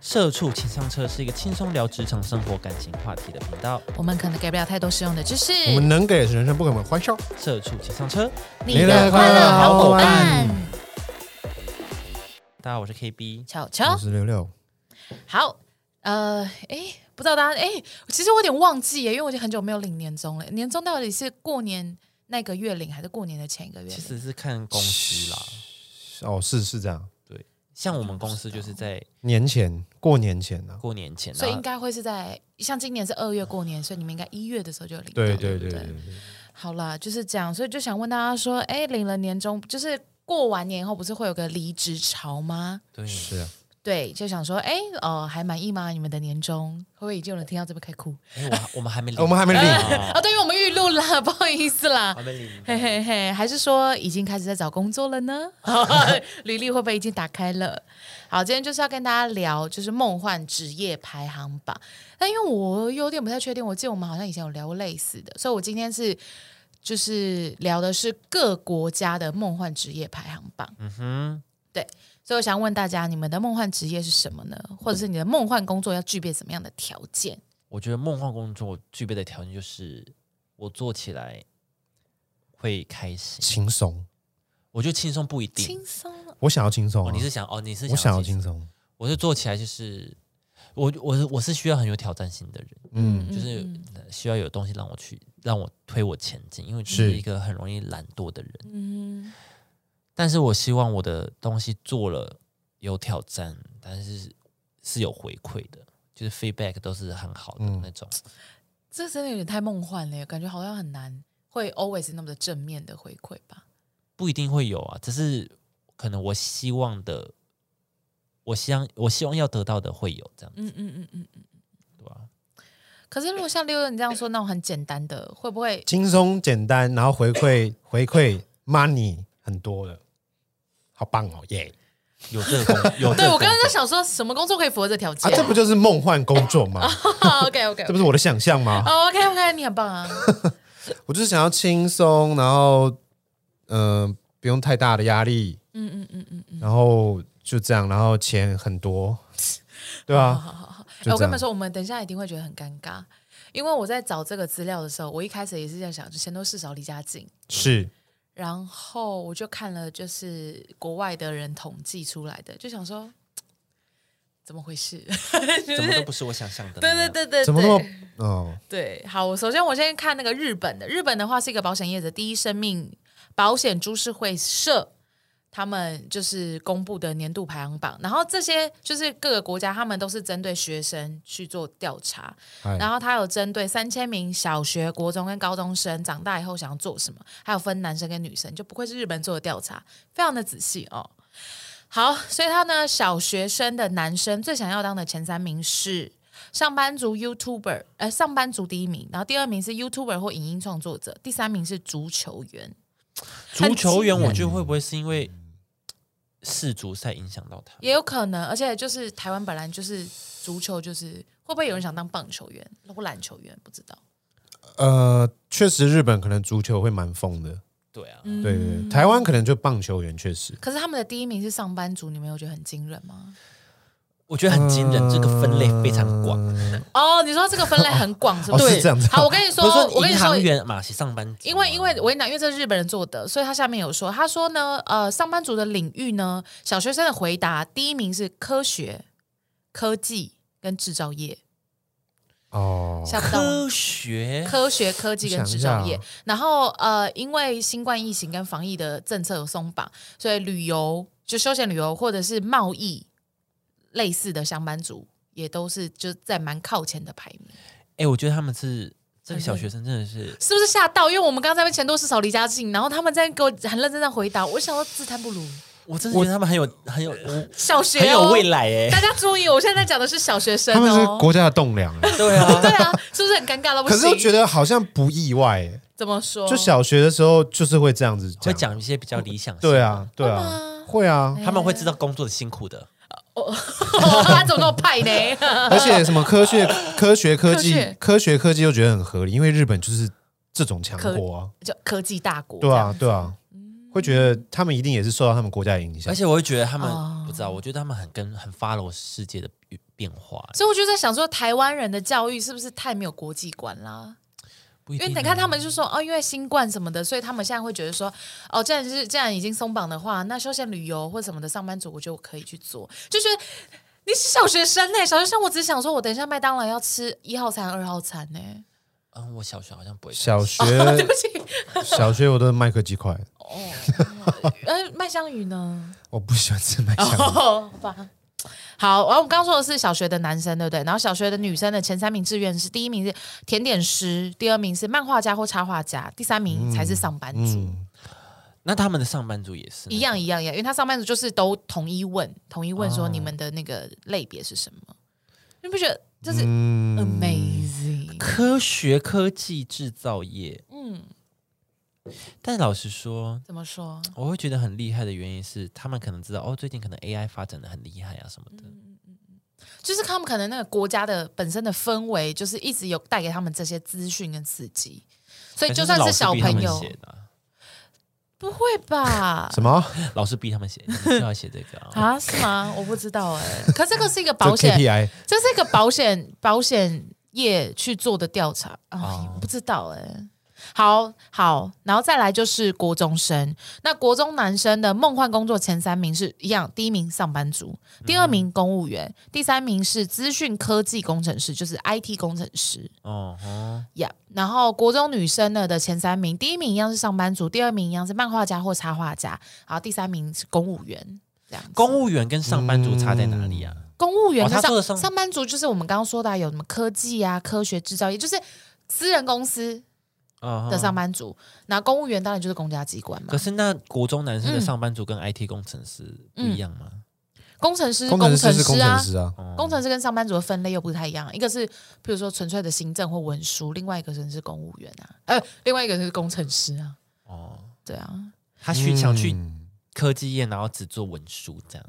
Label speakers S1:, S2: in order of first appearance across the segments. S1: 社畜情商车是一个轻松聊职场、生活、感情话题的频道。
S2: 我们可能给不了太多实用的知识。
S3: 我们能给的是人生不可能欢笑。
S1: 社畜情商车，
S2: 你的快乐好伙伴，
S1: 大家好，我是 KB。
S2: 巧
S3: 我
S2: 巧，
S3: 是六六，
S2: 好，呃，哎，不知道大家，哎，其实我有点忘记耶，因为我已经很久没有领年终了。年终到底是过年那个月领，还是过年的前一个月领？
S1: 其实是看公司啦，
S3: 哦，是是这样，
S1: 对，像我们公司就是在
S3: 年前过年前啊，
S1: 过年前，
S2: 所
S1: 然
S2: 以
S1: 后
S2: 应该会是在像今年是二月过年，所以你们应该一月的时候就有领到。
S3: 对对对
S2: 对
S3: 对
S2: 对好啦，就是这样，所以就想问大家说，哎，领了年终，就是过完年后不是会有个离职潮吗？
S1: 对
S3: 对，是啊，
S2: 对，就想说，哎，哦、还满意吗？你们的年终会不会已经有人听到这边开哭？
S1: 哎我还我们还没领，
S3: 我们还没领
S1: 哦
S2: 啊，对于我们预录啦， 不好意思啦
S1: 还。没领，
S2: 嘿嘿嘿，还是说已经开始在找工作了呢？履历会不会已经打开了？好，今天就是要跟大家聊，就是梦幻职业排行榜。那因为我有点不太确定，我记得我们好像以前有聊过类似的，所以我今天是就是聊的是各国家的梦幻职业排行榜。
S1: 嗯哼，
S2: 所以我想问大家，你们的梦幻职业是什么呢？或者是你的梦幻工作要具备什么样的条件？
S1: 我觉得梦幻工作具备的条件就是我做起来会开心，
S3: 轻松，
S1: 我觉得轻松不一定。
S2: 轻松啊，
S3: 我想要轻松
S1: 哦，
S3: 啊，
S1: 你是想哦，你是
S3: 我想要
S1: 轻
S3: 轻松，
S1: 我是做起来就是我我是我是需要很有挑战性的人，
S3: 嗯，
S1: 就是
S2: 嗯
S1: 呃需要有东西让我去让我推我前进，因为就是
S3: 是
S1: 一个很容易懒惰的人。
S2: 嗯，
S1: 但是我希望我的东西做了有挑战，但是是有回馈的，就是 feedback 都是很好的
S3: 嗯
S1: 那种。
S2: 这真的有点太梦幻了耶，感觉好像很难会 always 那么的正面的回馈吧。
S1: 不一定会有啊，只是可能我希望的，我希望我希望要得到的会有这样，
S2: 嗯嗯嗯嗯嗯。
S1: 对吧、
S2: 可是如果像六六你这样说那种很简单的，会不 会
S3: 轻松简单，然后回馈 回馈 money 很多的，好棒哦，耶！
S1: 有这个功， 有这
S2: 对
S1: 个
S2: 我刚刚
S1: 功
S2: 在想说什么工作可以符合这条
S3: 啊，
S2: 件、
S3: 这 不就是梦幻工作吗？
S2: OK OK
S3: 这不是我的想象吗？
S2: OK OK，你很哦棒啊！
S3: 我就是想要轻松，然后嗯、呃不用太大的压力，
S2: 嗯嗯嗯嗯嗯，
S3: 然后就这样，然后钱很 多，对
S2: 好
S3: 啊，
S2: 好好好。
S3: 就
S2: 哎，我跟
S3: 这
S2: 你
S3: 样
S2: 们。说，我们等一下一定会觉得很尴尬，因为我在找这个资料的时候，我一开始也是在想，就钱多事少离家近。
S3: 是
S2: 然后我就看了，就是国外的人统计出来的，就想说怎么回事？
S1: 怎么都不是我想象的那
S2: 对
S1: 样。
S2: 对对对，
S3: 怎么那
S2: 对
S3: 么哦？
S2: 对，好，我首先我先看那个日本的，日本的话是一个保险业者第一生命保险株式会社，他们就是公布的年度排行榜，然后这些就是各个国家他们都是针对学生去做调查，
S3: 哎
S2: 然后他有针对三千名小学、国中跟高中生长大以后想要做什么，还有分男生跟女生，就不愧是日本做的调查，非常的仔细哦。好，所以他呢，小学生的男生最想要当的前三名是上班族 YouTuber，呃，上班族第一名，然后第二名是 YouTuber 或影音创作者，第三名是足球员。
S1: 足球员，我觉得会不会是因为世足赛影响到他？
S2: 也有可能，而且就是台湾本来就是足球，就是会不会有人想当棒球员或篮球员？不知道。
S3: 呃，确实日本可能足球会蛮疯的，
S1: 对啊，
S2: 嗯
S3: 对对对，台湾可能就棒球员确实
S2: 可是他们的第一名是上班族，你们有觉得很惊人吗？
S1: 我觉得很惊人，这个分类非常广。
S2: 哦，你说这个分类很广，是不
S3: 哦
S2: 是？
S3: 是这样子
S2: 好，我跟你
S1: 比
S2: 说
S1: 如，
S2: 我跟你
S1: 银
S2: 说
S1: 行。员嘛，是上班族啊，
S2: 因为因为我跟你讲，因为这是日本人做的，所以他下面有说，他说呢，呃，上班族的领域呢，小学生的回答第一名是科学、科技跟制造业，
S3: 哦。
S2: 吓不到吗？
S1: 科学
S2: 科学、科技跟制造业
S3: 我想一下。
S2: 然后呃，因为新冠疫情跟防疫的政策有松绑，所以旅游就休闲旅游或者是贸易类似的上班族也都是就在蛮靠前的排名，
S1: 哎、我觉得他们是这个小学生真的是，
S2: 是不是吓到？因为我们刚才在那边钱多事少离家近，然后他们在给我很认真在回答，我想要自叹不如。
S1: 我真的觉得他们很有很有
S2: 小学、哦、
S1: 很有未来哎、
S2: 大家注意，我现在在讲的是小学生、哦，
S3: 他们是国家的栋梁，哎
S1: 对啊，
S2: 对啊，是不是很尴尬到 不
S3: 可
S2: 行？
S3: 是我觉得好像不意外，哎
S2: 怎么说？
S3: 就小学的时候就是会这样子
S1: 会讲一些比较理想性的
S3: 对，啊，对
S2: 会
S3: 啊
S2: 吗，
S3: 会啊，
S1: 他们会知道工作的辛苦的。
S2: 他怎么那么派呢？
S3: 而且什么科学、科学、科技、科学、科技又觉得很合理，因为日本就是这种强国啊，
S2: 就科技大国，嗯
S3: 对啊，，对啊，会觉得他们一定也是受到他们国家的影响
S1: 而。且我会觉得他们、
S2: 哦
S1: 不知道，我觉得他们很跟很 follow 世界的变变化，
S2: 所以我就在想说，台湾人的教育是不是太没有国际观啦？
S1: 不一
S2: 因
S1: 定
S2: 为
S1: 啊、
S2: 你看他们就说哦，因为新冠什么的，所以他们现在会觉得说，哦，既然是既然已经松绑的话，那休闲旅游或什么的上班族，我觉得我可以去做，就觉得 你是小学生呢、小学生我只想说，我等一下麦当劳要吃一号餐、二号餐 呢、
S1: 嗯，我小学好像不会看
S3: 小学，
S2: 对不起，
S3: 小学我都是麦克鸡块，
S2: 呃，麦香鱼呢？
S3: 我不喜欢吃麦香鱼。
S2: 哦，好吧。好，然后我们刚刚说的是小学的男生，对不对？然后小学的女生的前三名志愿是：第一名是甜点师，第二名是漫画家或插画家，第三名才是上班族。
S3: 嗯，
S1: 那他们的上班族也是
S2: 一，样一样一样，因为他上班族就是都统一问，统一问
S1: 嗯
S2: 说你们的那个类别是什么？你不觉得这是
S1: 嗯
S2: amazing？、
S1: 科学科技制造业，嗯。但老实说，
S2: 怎么说？
S1: 我会觉得很厉害的原因是，他们可能知道哦，最近可能 AI 发展的很厉害啊什么的。
S2: 嗯就是他们可能那个国家的本身的氛围，就是一直有带给他们这些资讯跟刺激，所以
S1: 还
S2: 就算是小
S1: 老师逼他
S2: 朋
S1: 们
S2: 友，
S1: 写的啊、
S2: 不会 吧？
S3: 什么？
S1: 老师逼他 们写，你们就要写这个啊。
S2: 啊，是吗？我不知道哎、 可这个是一个
S3: 这
S2: 保险，
S3: KPI
S2: 这是一个保险保险业去做的调查啊，
S1: 哦
S2: 不知道哎、好好，然后再来就是国中生。那国中男生的梦幻工作前三名是一样，第一名上班族，第二名公务员，第三名是资讯科技工程师，就是 IT 工程师。
S1: 哦吼，
S2: 呀、然后国中女生呢的前三名，第一名一样是上班族，第二名一样是漫画家或插画家，然后第三名是公务员。这样子，
S1: 公务员跟上班族差在哪里啊？
S2: 公务员
S1: 哦
S2: 跟
S1: 他
S2: 上、
S1: 说的上
S2: 上班族就是我们刚刚说的啊、有什么科技啊、科学制造业，就是私人公司
S1: 嗯
S2: 的上班族。
S3: 哦
S2: 那、公务员当然就是公家机关嘛
S1: 可。是那国中男生的
S2: 嗯
S1: 上班族跟 IT 工程师不一样吗？
S2: 工程师、
S3: 工程师是工
S2: 师
S3: 程
S2: 啊，
S3: 师啊，
S1: 哦
S2: 工程师跟上班族的分类又不太一样，一个是比如说纯粹的行政或文书，另外一个人是公务员啊，呃，另外一个是工程师啊，
S1: 哦，
S2: 对啊，
S1: 他去想去
S3: 嗯
S1: 科技业，然后只做文书这样。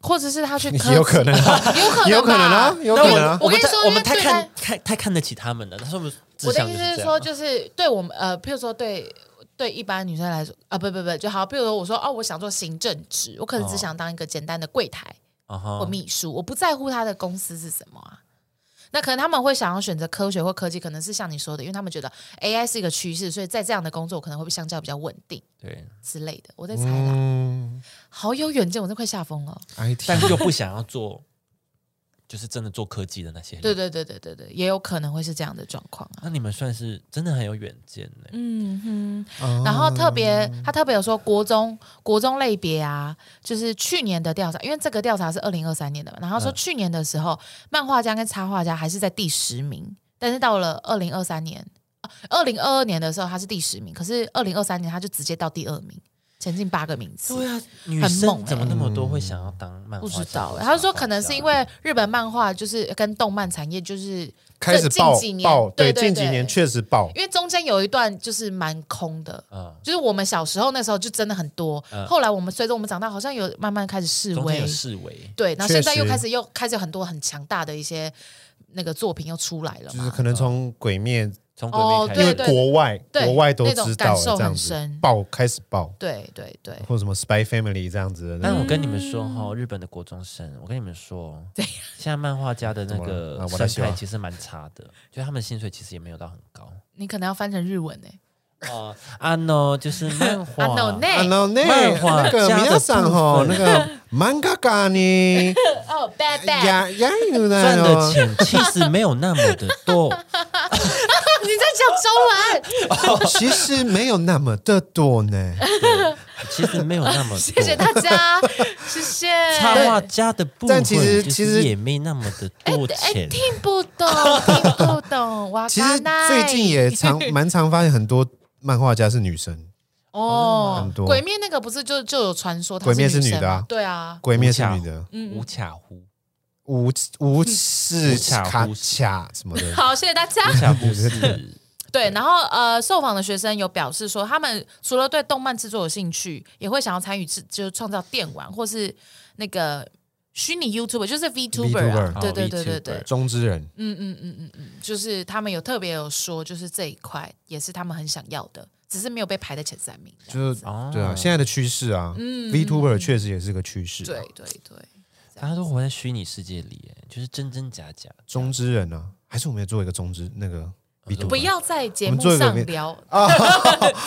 S2: 或者是他去科
S3: 也有可能啊，
S2: 有可能吧
S3: 有可
S1: 但
S3: 能啊，有可能啊。
S2: 我跟你
S1: 们太
S2: 说
S1: 我
S2: 因为
S1: 们太
S2: 最
S1: 看看太看得起他们了。他说我们
S2: 我
S1: 志
S2: 的
S1: 向
S2: 意
S1: 就
S2: 思
S1: 是
S2: 是
S1: 这
S2: 说，
S1: 样。
S2: 就是对我们呃，譬如说对对一般女生来说啊、不不不，就好，譬如说我说哦，我想做行政职，我可能只
S1: 哦
S2: 想当一个简单的柜台
S1: 啊
S2: 或
S1: 哈，
S2: 秘书，我不在乎他的公司是什么啊。那可能他们会想要选择科学或科技，可能是像你说的，因为他们觉得 AI 是一个趋势，所以在这样的工作我可能会相较比较稳定
S1: 对，
S2: 之类的。我在猜啦，
S3: 嗯
S2: 好有远见，我都快吓疯了。
S3: ，IT
S1: 但是又不想要做，就是真的做科技的那些人。
S2: 对对对对对对，也有可能会是这样的状况啊。
S1: 那你们算是真的很有远见呢、
S2: 嗯哼。哦
S3: 啊
S2: 然后特别，他特别有说国中国中类别啊，就是去年的调查，因为这个调查是二零二三年的嘛。然后说
S1: 嗯
S2: 去年的时候，漫画家跟插画家还是在第十名，但是到了二零二三年，二零二二年的时候他是第十名，可是二零二三年他就直接到第二名，前进八个名次。
S1: 对啊，女
S2: 很猛
S1: 生
S2: 欸
S1: 怎么那么
S3: 嗯
S1: 多会想要当漫画
S2: 不
S1: 家？
S2: 知道、欸，他说可能是因为日本漫画就是跟动漫产业就是
S3: 开始
S2: 这近
S3: 爆
S2: 几年
S3: 爆，
S2: 对对
S3: 近几
S2: 对
S3: 年确实爆，
S2: 因为中间有一段就是蛮空的，
S1: 嗯，
S2: 就是我们小时候那时候就真的很多，
S1: 嗯
S2: 后来我们随着我们长大，好像有慢慢开始示
S1: 中间
S2: 威
S1: 有，示威，
S2: 对，然后现在
S3: 确实
S2: 又开始又开始有很多很强大的一些那个作品又出来了
S3: 就是
S2: 嘛，
S3: 可能从鬼灭，
S1: 从鬼
S2: 哦
S1: 灭开
S3: 因
S1: 始，
S3: 为
S2: 对
S3: 国外
S2: 对
S3: 国外都
S2: 那种
S3: 知道
S2: 感受
S3: 了这样
S2: 很深
S3: 子爆开始爆，
S2: 对对对，
S3: 或者什么 Spy Family 这样子的那
S1: 但
S3: 种。
S1: 我跟你们说
S2: 嗯
S1: 哈、日本的国中生，我跟你们 说，现在漫画家的那
S3: 怎么了
S1: 个
S3: 啊我来
S1: 生
S3: 希望
S1: 态其实蛮差的，就他们薪水其实也没有到很高。
S2: 你可能要翻成日文呢、欸
S1: 哦，啊 no，就是 漫画
S2: 啊 no
S3: 啊
S2: ne，
S3: no，那
S1: 漫画
S3: 那个
S1: 家的
S3: 皆さん吼，
S1: 部
S3: 那
S1: 分
S3: 个 manga ga 呢，
S2: 哦 bad bad，
S3: 呀呀有
S1: 赚
S3: 那
S1: 的
S3: 哦，
S1: 钱其实没有那么的多。
S2: 你在讲中文，
S3: 其实没有那么的多呢。
S1: 对其实没有 那么多。
S2: 谢谢大家，谢谢。
S1: 插画家的部
S3: 但
S1: 分
S3: 其实
S1: 就
S3: 其
S1: 是
S3: 实
S1: 也没那么的多钱。
S2: 哎听不懂，听不懂，哇！
S3: 其实最近也常蛮常发现很多漫画家是女生，
S2: 哦
S3: 很，多
S2: 鬼灭那个不是就就有传说，
S3: 鬼灭是
S2: 女
S3: 女的啊
S2: 生吗对啊，
S3: 鬼灭是女的，
S2: 嗯
S1: 吴卡 呼，
S3: 无无视
S1: 无卡
S3: 卡
S1: 无视
S3: 卡什么的，
S2: 好，谢谢大
S3: 啊
S2: 家。
S1: 吴卡呼 是
S2: 对，然后呃，受访的学生有表示说，他们除了对动漫制作有兴趣，也会想要参与制，就是创造电玩或是那个虚拟 YouTuber，就是 VTuber 啊
S3: VTuber，
S2: 对对
S1: 哦
S2: 对对对，
S1: VTuber
S3: 中之人，
S2: 嗯嗯嗯嗯嗯，就是他们有特别有说，就是这一块也是他们很想要的，只是没有被排在前三名这样
S3: 就
S2: 子。
S3: 是
S1: 哦，
S3: 对啊，现在的趋势啊，Vtuber 确实也是个趋势，
S2: 对，对对，
S1: 大家都活在虚拟世界里，哎就是真真假假。
S3: 中之人啊，还是我们也做一个中之那个 Vtuber，
S2: 不要在节目
S3: 我们做一个
S2: 上
S3: 别
S2: 聊，
S1: 哎，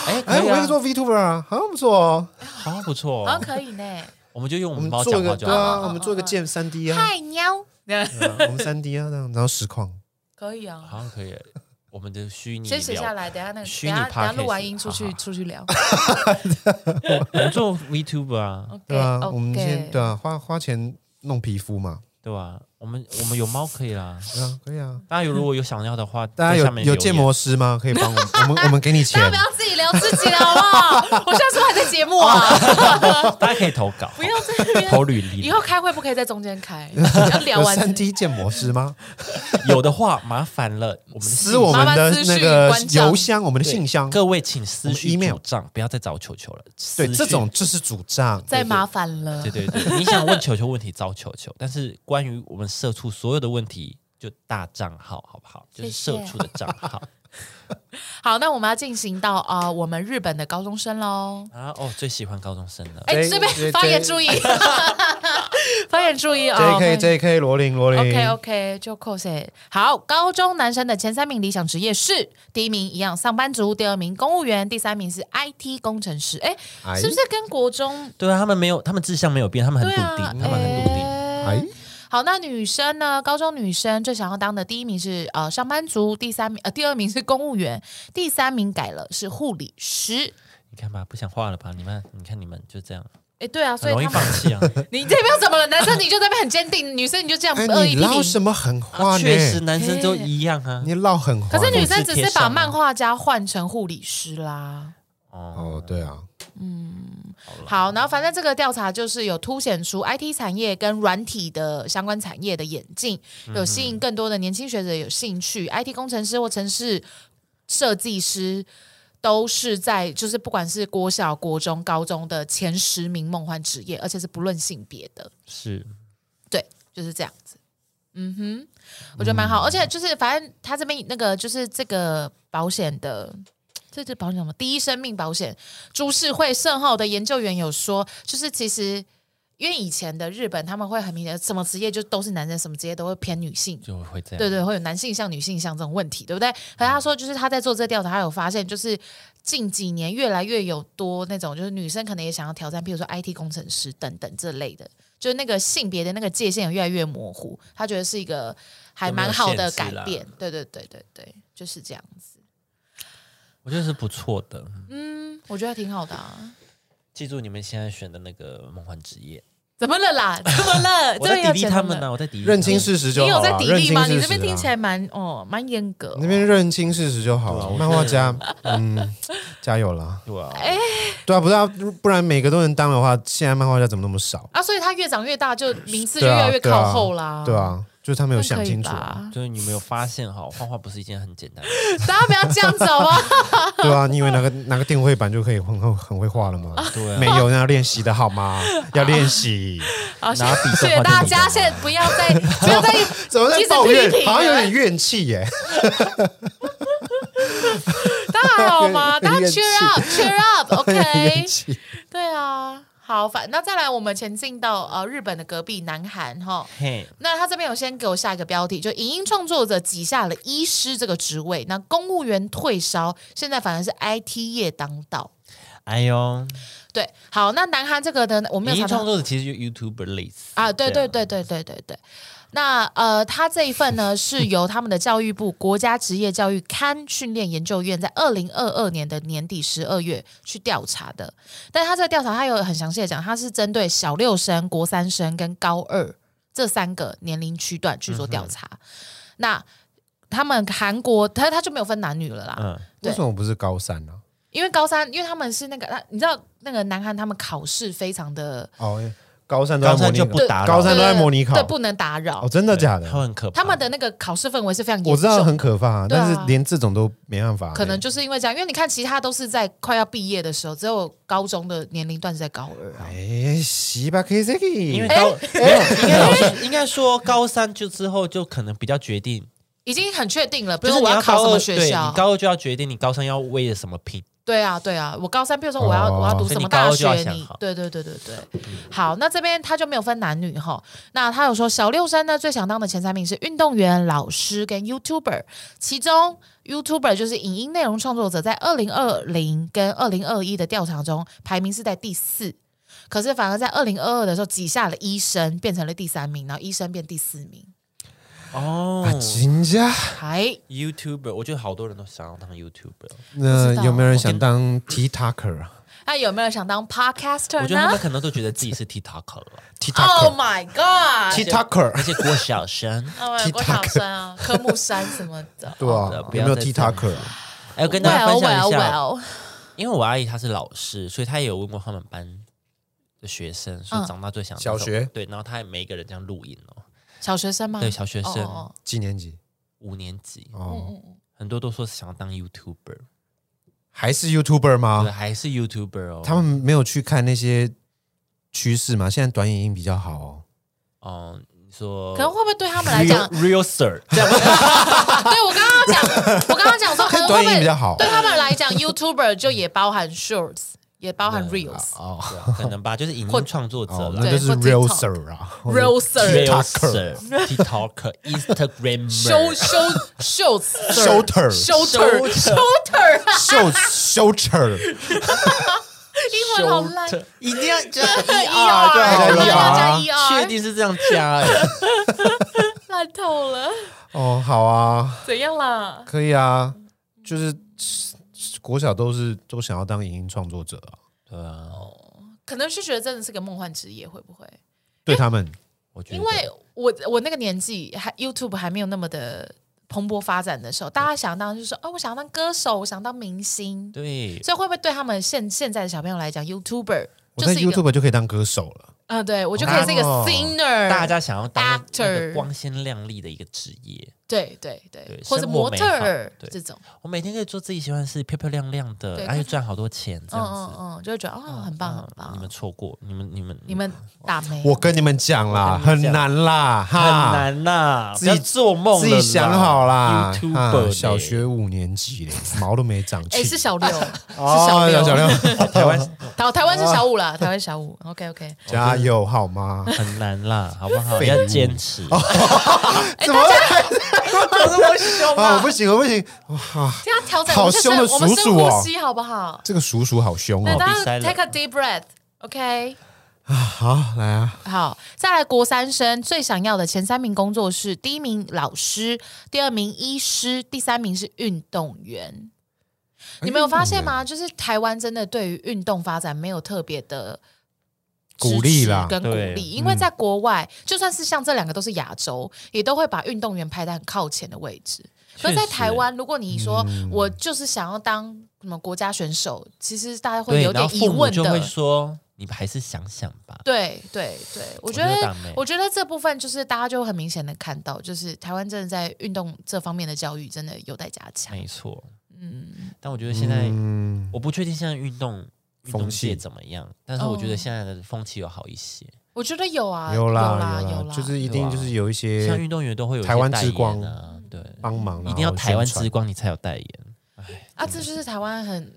S3: 哎，
S1: 可以
S3: 我们也
S1: 啊，
S3: 做 Vtuber 啊，好像不错哦，
S1: 好像不错
S2: 好像
S1: 哦。
S2: 可以呢。
S1: 我们就嗯用我
S3: 我
S1: 们
S3: 们
S1: 猫
S3: 做
S1: 讲
S3: 一
S1: 话
S3: 个
S1: 就
S3: 对
S1: 好
S3: 啊，
S1: 了，
S3: 我们做一个剑三 D 啊，
S2: 嗨喵，
S3: 对啊我们三 D 啊，这样然后实况，
S2: 可以啊。
S1: 好像可以。哎我们的虚拟
S2: 先写
S1: 聊，
S2: 下来，等下那个，等
S1: 虚拟
S2: 下等下
S1: podcast，
S2: 录完音出
S1: 好
S2: 去
S1: 好
S2: 出去聊。
S1: 我们做 VTuber 啊，
S3: 对啊，
S2: OK，
S3: 我们
S2: 哎 OK
S3: 先对啊，花花钱弄皮肤嘛，
S1: 对吧？我们我们有猫可以啦。
S3: 对啊，可以啊。
S1: 大家有如果有想要的话，
S3: 大家
S1: 在下
S3: 有
S1: 面
S3: 有
S1: 留言
S3: 建模师吗？可以 帮我们，我们我们给你钱
S2: 大家，不要自己聊自己了，好不好？我下次还在节目 啊，
S1: 哦大家可以投稿，
S2: 不要在那边。
S1: 投履历
S2: 以。后开会不可以在中间 开，要聊
S3: 有
S2: 完
S3: 三 D 建模师吗？
S1: 有的话麻烦了，我们的
S3: 私
S1: 信
S3: 我们
S2: 麻
S3: 的
S2: 烦私讯
S3: 那个
S2: 关账
S3: 邮箱，我们的
S1: 对
S3: 信箱。
S1: 各位请私
S3: 我
S1: 讯
S3: 们 email
S1: 主账，不要再找球球了。私
S3: 对，
S1: 讯
S3: 这种就是主张。
S2: 再麻烦了
S1: 对。对对，你想问球球问题找球球，但是关于我们社畜所有的问题，就大账号好不好？就是
S2: 谢谢
S1: 社畜的账 号
S2: 好，那我们要进行到啊、呃我们日本的高中生喽。
S1: 啊！哦，最喜欢高中生了。
S2: 哎，
S3: J-
S2: 这边
S3: J-
S2: 发言
S3: J-
S2: 注意，发言注意啊、哦
S3: J K J K 罗琳罗琳
S2: OK OK，就扣谁？好，高中男生的前三名理想职业是：第一名一样上班族，第二名公务员，第三名是 IT 工程师。哎，
S3: 哎
S2: 是不是跟国中？
S1: 对啊，他们没有，他们志向没有变，他们很
S2: 对
S1: 笃定，
S2: 啊，
S1: 他们很笃定。
S2: 哎
S3: 哎，
S2: 好，那女生呢？高中女生最想要当的第一名是呃上班族，第三名呃第二名是公务员，第三名改了是护理师。
S1: 你看吧，不想画了吧？你们，你看你们就这样，
S2: 哎，对啊，所
S1: 很
S2: 以
S1: 容易
S2: 他
S1: 放
S2: 们
S1: 弃 啊。
S2: 你这边怎么了？男生你就在那边很坚定，女生你就这样
S3: 哎，
S2: 恶意
S3: 你
S2: 批
S3: 唠
S2: 评。
S3: 什么狠话
S1: 啊
S3: 呢？
S1: 确实，男生都一样啊。
S3: 你唠狠话。
S2: 可是女生
S1: 同
S2: 只
S1: 志贴
S2: 是
S1: 上
S2: 把
S1: 啊
S2: 漫画家换成护理师啦。
S1: 哦，
S3: 哦，对啊，
S2: 好，然后反正这个调查就是有凸显出 IT 产业跟软体的相关产业的演进，有吸引更多的年轻学者有兴趣。IT 工程师或城市设计师都是在就是不管是国小、国中、高中的前十名梦幻职业，而且是不论性别的。
S1: 是
S2: 对，就是这样子。嗯哼，我觉得蛮好，而且就是反正他这边那个就是这个保险的。这是保险什么？第一生命保险，株式会盛浩的研究员有说，就是其实因为以前的日本他们会很明显，什么职业就都是男生，什么职业都会偏女性，
S1: 就会这样。
S2: 对对，会有男性向、女性向这种问题，对不对？可是他说，就是他在做这个调查，他有发现，就是近几年越来越有多那种，就是女生可能也想要挑战，譬如说 IT 工程师等等这类的，就是那个性别的那个界限也越来越模糊。他觉得是一个还
S1: 就没有
S2: 蛮好
S1: 限
S2: 的
S1: 制
S2: 改
S1: 啦
S2: 变，对对对对对，就是这样子。
S1: 我觉得是不错的。
S2: 嗯，我觉得挺好的啊。
S1: 记住你们现在选的那个梦幻职业，
S2: 怎么了啦？怎么了？
S1: 我
S2: 哎这
S1: 在
S2: 边要
S1: 砥砺
S2: 讲
S1: 他
S2: 了
S1: 们啊呢、。我在砥砺他们
S3: 认清事实
S2: 你
S3: 就好
S2: 有在
S3: 啊。
S2: 砥
S3: 认
S2: 砺
S3: 清
S2: 吗？
S3: 事
S2: 你
S3: 实
S2: 这边
S3: 啊
S2: 听起来蛮哦，蛮严格、
S3: 你那边认清事实就好
S1: 对啊
S3: 了。
S1: 我啊
S3: 漫画家，嗯， 加油啦！
S1: 对啊，
S2: 哎
S3: 对啊，不是啊，不然每个都能当的话，现在漫画家怎么那么少？
S2: 啊，所以他越长越大，就名次就
S3: 对
S2: 越
S3: 啊
S2: 来越
S3: 对啊
S2: 靠后啦。
S3: 对啊，就是他没有
S2: 这样
S3: 想
S2: 可以
S3: 清楚，啊
S2: 吧
S1: 就是你没有发现哈，画画不是一件很简单的事。
S2: 大家不要这样子好不好？
S3: 对啊，你以为哪个哪个电绘板就可以很很很会画 了吗？
S1: 对啊
S3: 没有，那要练习的好吗？要练习。
S2: 好，谢
S1: 拿笔
S2: 谢
S1: 电
S2: 谢
S1: 话
S2: 大
S1: 就可以
S2: 家，
S1: 了
S2: 现在不要再不要再
S3: 怎么
S2: 一
S3: 在
S2: 直
S3: 抱
S2: 批
S3: 怨？
S2: 评
S3: 好像有点
S2: 了，
S3: 怨 气耶。
S2: 大家还好吗？
S3: 有
S2: 大
S3: 点
S2: 家
S3: 怨气
S2: cheer up，cheer
S3: 有点
S2: up，OK
S3: 怨。气
S2: 对啊，好，反那再来，我们前进到呃日本的隔壁南韩哈。
S1: 嘿，
S2: 那他这边有先给我下一个标题，就影音创作者挤下了医师这个职位，那公务员退烧，现在反而是 IT 业当道。
S1: 哎呦，
S2: 对，好，那南韩这个呢，我没
S1: 影
S2: 有
S1: 音
S2: 查到
S1: 创作者其实就 YouTuber 类似
S2: 啊，对
S1: 这
S2: 对
S1: 样
S2: 对对对对对。那呃，他这一份呢，是由他们的教育部国家职业教育刊训练研究院在二零二二年的年底十二月去调查的。但他这个调查，他有很详细的讲，他是针对小六生、国三生跟高二这三个年龄区段去做调查。
S3: 嗯
S2: 那他们韩国，他他就没有分男女了啦，
S1: 嗯，
S2: 对
S3: 为什么不是高三啊呢？
S2: 因为高三，因为他们是那个，你知道那个南韩他们考试非常的
S3: 哦，高三都在
S1: 高三
S3: 模拟
S1: 就
S3: 考
S1: 不打扰
S3: 高三都在模拟考
S2: 对，不能打扰
S3: 哦，。真的假
S1: 对他
S3: 的？
S1: 们很可怕，
S2: 他们的那个考试氛围是非常严重，
S3: 我知道很可怕啊，
S2: 对啊
S3: 但是连这种都没办法欸，
S2: 可能就是因为这样，因为你看其他都是在快要毕业的时候，只有高中的年龄段是在高二啊。
S3: 哎，西吧 K C，
S1: 因
S2: 哎
S1: 为高、没有，应该老师应该说高三就之后就可能比较决定，
S2: 已经很确定了，比
S1: 就
S2: 如
S1: 是
S2: 说
S1: 你
S2: 我
S1: 要
S2: 考
S1: 高
S2: 什
S1: 二，
S2: 么
S1: 对
S2: 学
S1: 你
S2: 校，
S1: 高二就要决定你高三要为了什么拼。
S2: 对啊，对啊，我高三，比如说我要、
S3: 哦
S2: 我要读
S1: 所以
S2: 什么
S1: 你高二
S2: 大
S1: 就要
S2: 学，
S1: 想
S2: 你
S1: 好
S2: 对对对对对，好，那这边他就没有分男女哈。那他有说小六生呢最想当的前三名是运动员、老师跟 YouTuber，其中 YouTuber 就是影音内容创作者，在二零二零跟二零二一的调查中排名是在第四，可是反而在二零二二的时候挤下了医生，变成了第三名，然后医生变第四名， 哎
S1: 哦
S3: 啊，金家，
S2: 还
S1: YouTuber，我觉得好多人都想要当 YouTuber，
S3: 那
S2: 不知道
S3: 有没有人想当 TikToker 啊
S2: 那有没有人想当
S1: 我觉
S2: Podcaster
S1: 得他
S2: 呢
S1: 们可能都觉得自己是 TikToker 了，
S2: ？Oh
S3: ？TikToker
S2: my god！
S1: 而
S3: TikToker，。
S1: 且郭晓生。
S2: 哦，郭晓山 啊，科目三什么的
S3: 对啊
S1: 好的，不
S3: 有
S1: 要
S3: 没有
S1: 再这样
S3: TikToker？啊
S1: 哎， 我跟大家分享一下，
S2: well, well, well
S1: 因为我阿姨她是老师，所以她也有问过他们班的学生，说
S2: 嗯
S1: 长大最想当
S3: 小
S1: 什
S3: 学
S1: 么对，然后她也每一个人这样录音哦，
S2: 小学生吗？
S1: 对，小学
S2: 哦
S1: 生
S2: 哦
S3: 几年级？
S1: 五年级，
S3: 哦，
S1: 很多都说想要当 YouTuber，
S3: 还是 YouTuber
S1: 对，啊
S3: 吗？
S1: 还是 YouTuber 哦，
S3: 哦他们没有去看那些趋势吗？现在短影音比较好哦。
S1: 哦，你说
S2: 可能会不会对他们来 讲啊
S1: Real-，，Real Sir 这样
S2: 对我刚刚讲，我刚刚讲说，可能会
S3: 短
S2: 不
S3: 影音比较
S2: 会
S3: 好
S2: 对他们来讲，YouTuber 就也包含 Shorts，也包含 Reels。
S3: 哦
S1: 对啊可能吧，就是影
S2: 或
S1: 音创作者
S3: 哦，
S1: 啦
S3: 那就是
S2: 对或
S3: real
S2: TikTok
S3: sir 啊
S2: Real sir
S1: ，Real
S3: TikToker
S1: Sir、TikToker、
S2: 修
S1: Instagram、
S2: 修 shorts
S3: Shorter
S2: shorter shorter，
S3: 秀秀 r
S2: 英文好烂，
S1: 一定要 加 ER
S2: 一
S1: 就好
S3: 对
S1: 了
S2: 要
S1: 吧，
S2: 加一
S1: 确
S2: 二，
S1: 定是这样加哎。
S2: 烂透 了，
S3: 哦，好啊，
S2: 怎样啦？
S3: 可以啊，就是国小都是都想要当影音创作者啊，
S1: 对啊，
S2: 可能是觉得真的是个梦幻职业，会不会？
S3: 对他们
S1: 我觉得
S2: 因为我我那个年纪还 YouTube 还没有那么的蓬勃发展的时候，大家想当就是说，哦，我想当歌手，我想当明星，
S1: 对
S2: 所以会不会对他们现现在的小朋友来讲，YouTuber
S3: 我
S2: 就
S3: 在
S2: 是一个，
S3: YouTube 就可以当歌手了。
S2: 嗯、对我就可以是一个
S3: 哦
S2: singer，、
S1: 大家想要当那
S2: Actor
S1: 个光鲜亮丽的一个职业，
S2: 对对对，
S1: 对
S2: 或者
S1: 生活
S2: 模
S1: 美
S2: 特儿
S1: 好对
S2: 这种，
S1: 我每天可以做自己喜欢的事，漂漂亮亮的，
S2: 对
S1: 而且赚好多钱，这
S2: 嗯
S1: 样
S2: 嗯
S1: 子。啊嗯
S2: 嗯，就会觉得哦，很棒很棒，
S1: 你们错过，你们你们
S2: 你们打没？
S3: 我跟你们讲啦，
S2: 嗯
S1: 我跟
S3: 很
S1: 你讲
S3: 难啦，
S1: 很
S3: 哈，
S1: 难呐，
S3: 自己
S1: 不要做梦了啦，
S3: 自己想好啦。
S1: YouTuber
S3: 啊
S1: 呢
S3: 小学五年级嘞，毛都没长
S2: 哎，
S3: 齐。
S2: 是小六，
S3: 哦
S2: 是
S3: 小
S2: 小
S3: 六
S2: 六，
S1: 台湾
S2: 台台湾是小五啦，台湾小五，OK OK，
S3: 加油好吗？
S1: 很难啦，好不 好？
S3: 废物
S1: 要坚持。
S2: 哎，大家
S3: 啊，我不行，我不行，
S2: 这样调整，
S3: 好
S2: 我们深
S3: 凶的
S2: 我们
S3: 叔
S2: 深
S3: 叔哦
S2: 呼吸好不好？
S3: 这个叔叔好凶
S2: 那
S3: 哦。
S1: 大
S2: 大
S1: 家
S2: 家
S1: take
S2: take
S1: a
S2: a deep breath，OK？、
S3: 好，来啊，
S2: 好，再来国三生最想要的前三名工作是：第一名老师，第二名医师，第三名是运动员。
S1: 哎
S2: 你们有发现吗？就是台湾真的对于运动发展没有特别的支持
S3: 鼓励啦
S2: 跟鼓
S1: 对嗯
S2: 励，因为在国外，就算是像这两个都是亚洲，也都会把运动员排在很靠前的位置。可是在
S1: 确实嗯
S2: 台湾，如果你说我就是想要当什么国家选手，其实大家会
S1: 对，
S2: 有
S1: 然后
S2: 点疑
S1: 父母
S2: 问
S1: 就会
S2: 的。
S1: 说，你还是想想吧。
S2: 对对对，我觉
S1: 觉得
S2: 得
S1: 党媒
S2: 我觉得这部分就是大家就很明显的看到，就是台湾真的在运动这方面的教育真的有待加强。
S1: 没错，嗯。但我觉得现在，
S3: 嗯，
S1: 我不确定现在运动运
S3: 风
S1: 动
S3: 气
S1: 界怎么样，但是我
S2: 哦
S1: 觉得现在的风气有好一些，
S2: 我觉得有啊，
S3: 嗯有啦
S2: 啦有啊
S3: 啦，就是一定就是有一
S1: 像
S3: 些
S1: 运动员都会有一些
S3: 台湾
S1: 代
S3: 之
S1: 言
S3: 光
S1: 啊，对，
S3: 帮忙，
S1: 一定要
S3: 然后
S1: 台湾
S3: 宣传
S1: 之光你才有代言。
S2: 啊，这就是台湾很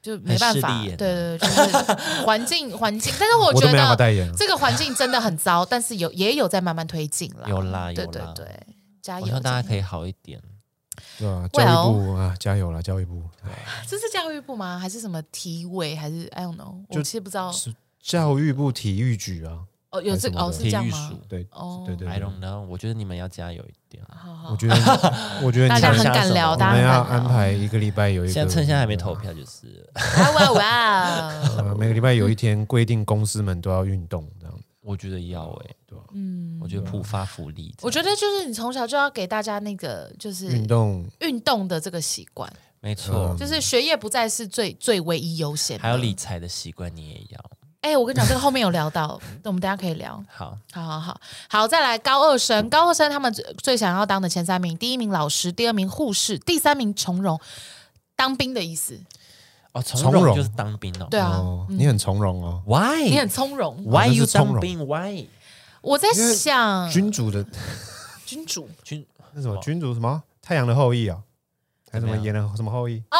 S2: 就没办
S1: 很势
S2: 法，
S1: 利眼
S2: 对
S1: 啊
S2: 对，对就是 环境环境，但是我
S3: 我都
S2: 觉
S3: 没办法
S2: 得
S3: 代言。啊
S2: 这个环境真的很糟，但是有也有在慢慢推进啦，
S1: 有啦有
S2: 对对
S1: 啦
S2: 对，加
S1: 我
S2: 油
S1: 希望！大家
S2: 加油
S1: 可以好一点。
S3: 对啊，教
S2: Well
S3: 育部啊，加油啦，教育部！
S2: 这是教育部吗？还是什么体委？还是 I don't know，我
S3: 就
S2: 其实不知道。
S3: 是教育部体育局啊，
S2: 哦，有这
S3: 还是什么的
S2: 哦是这样
S1: 体育
S2: 吗
S1: 署？
S3: 对
S2: 哦，
S3: 对对
S1: ，I don't know，我觉得你们要加油一点。
S2: 好好
S3: 我，觉得，我觉得
S2: 大
S3: 你
S2: 家
S3: 们
S2: 很
S1: 想
S2: 敢
S1: 什
S2: 聊，
S1: 么
S3: 我
S2: 大
S3: 们
S2: 家
S3: 要
S2: 很敢
S3: 安
S2: 聊。
S3: 排一个礼拜有一个，
S1: 现在趁现在还没投票，就是
S2: 啊哇哇！
S3: 呃，每个礼拜有一天规定公司们都要运动，这样
S1: 我觉得要哎，
S3: 对啊吧？
S2: 嗯，
S1: 我觉得普发福利这样，
S2: 我觉得就是你从小就要给大家那个就是
S3: 运动
S2: 运动的这个习惯，
S1: 没错
S3: 嗯，
S2: 就是学业不再是最最唯一优先的，
S1: 还有理财的习惯你也要。
S2: 哎、我跟你讲，这个后面有聊 到，我们等一下可以聊。
S1: 好，
S2: 好好好好，再来高二生，高二生他们最最想要当的前三名，第一名老师，第二名护士，第三名从容，当兵的意思。
S1: 哦，
S3: 从
S1: 从
S3: 容
S1: 容就是当兵哦。
S2: 对啊，
S3: 哦，你很从容哦，
S1: ，Why？
S2: 你很从容。
S1: Why
S3: 那是
S1: you
S3: 从
S1: 当
S3: 容
S1: 兵？Why？
S2: 我在
S3: 因为
S2: 想
S3: 君主的
S2: 嗯君主
S1: 军
S3: 那什么
S1: 哦
S3: 君主什么太阳的后裔啊，还是什
S1: 怎么
S3: 么
S1: 样
S3: 炎的什么后裔？
S2: 哦、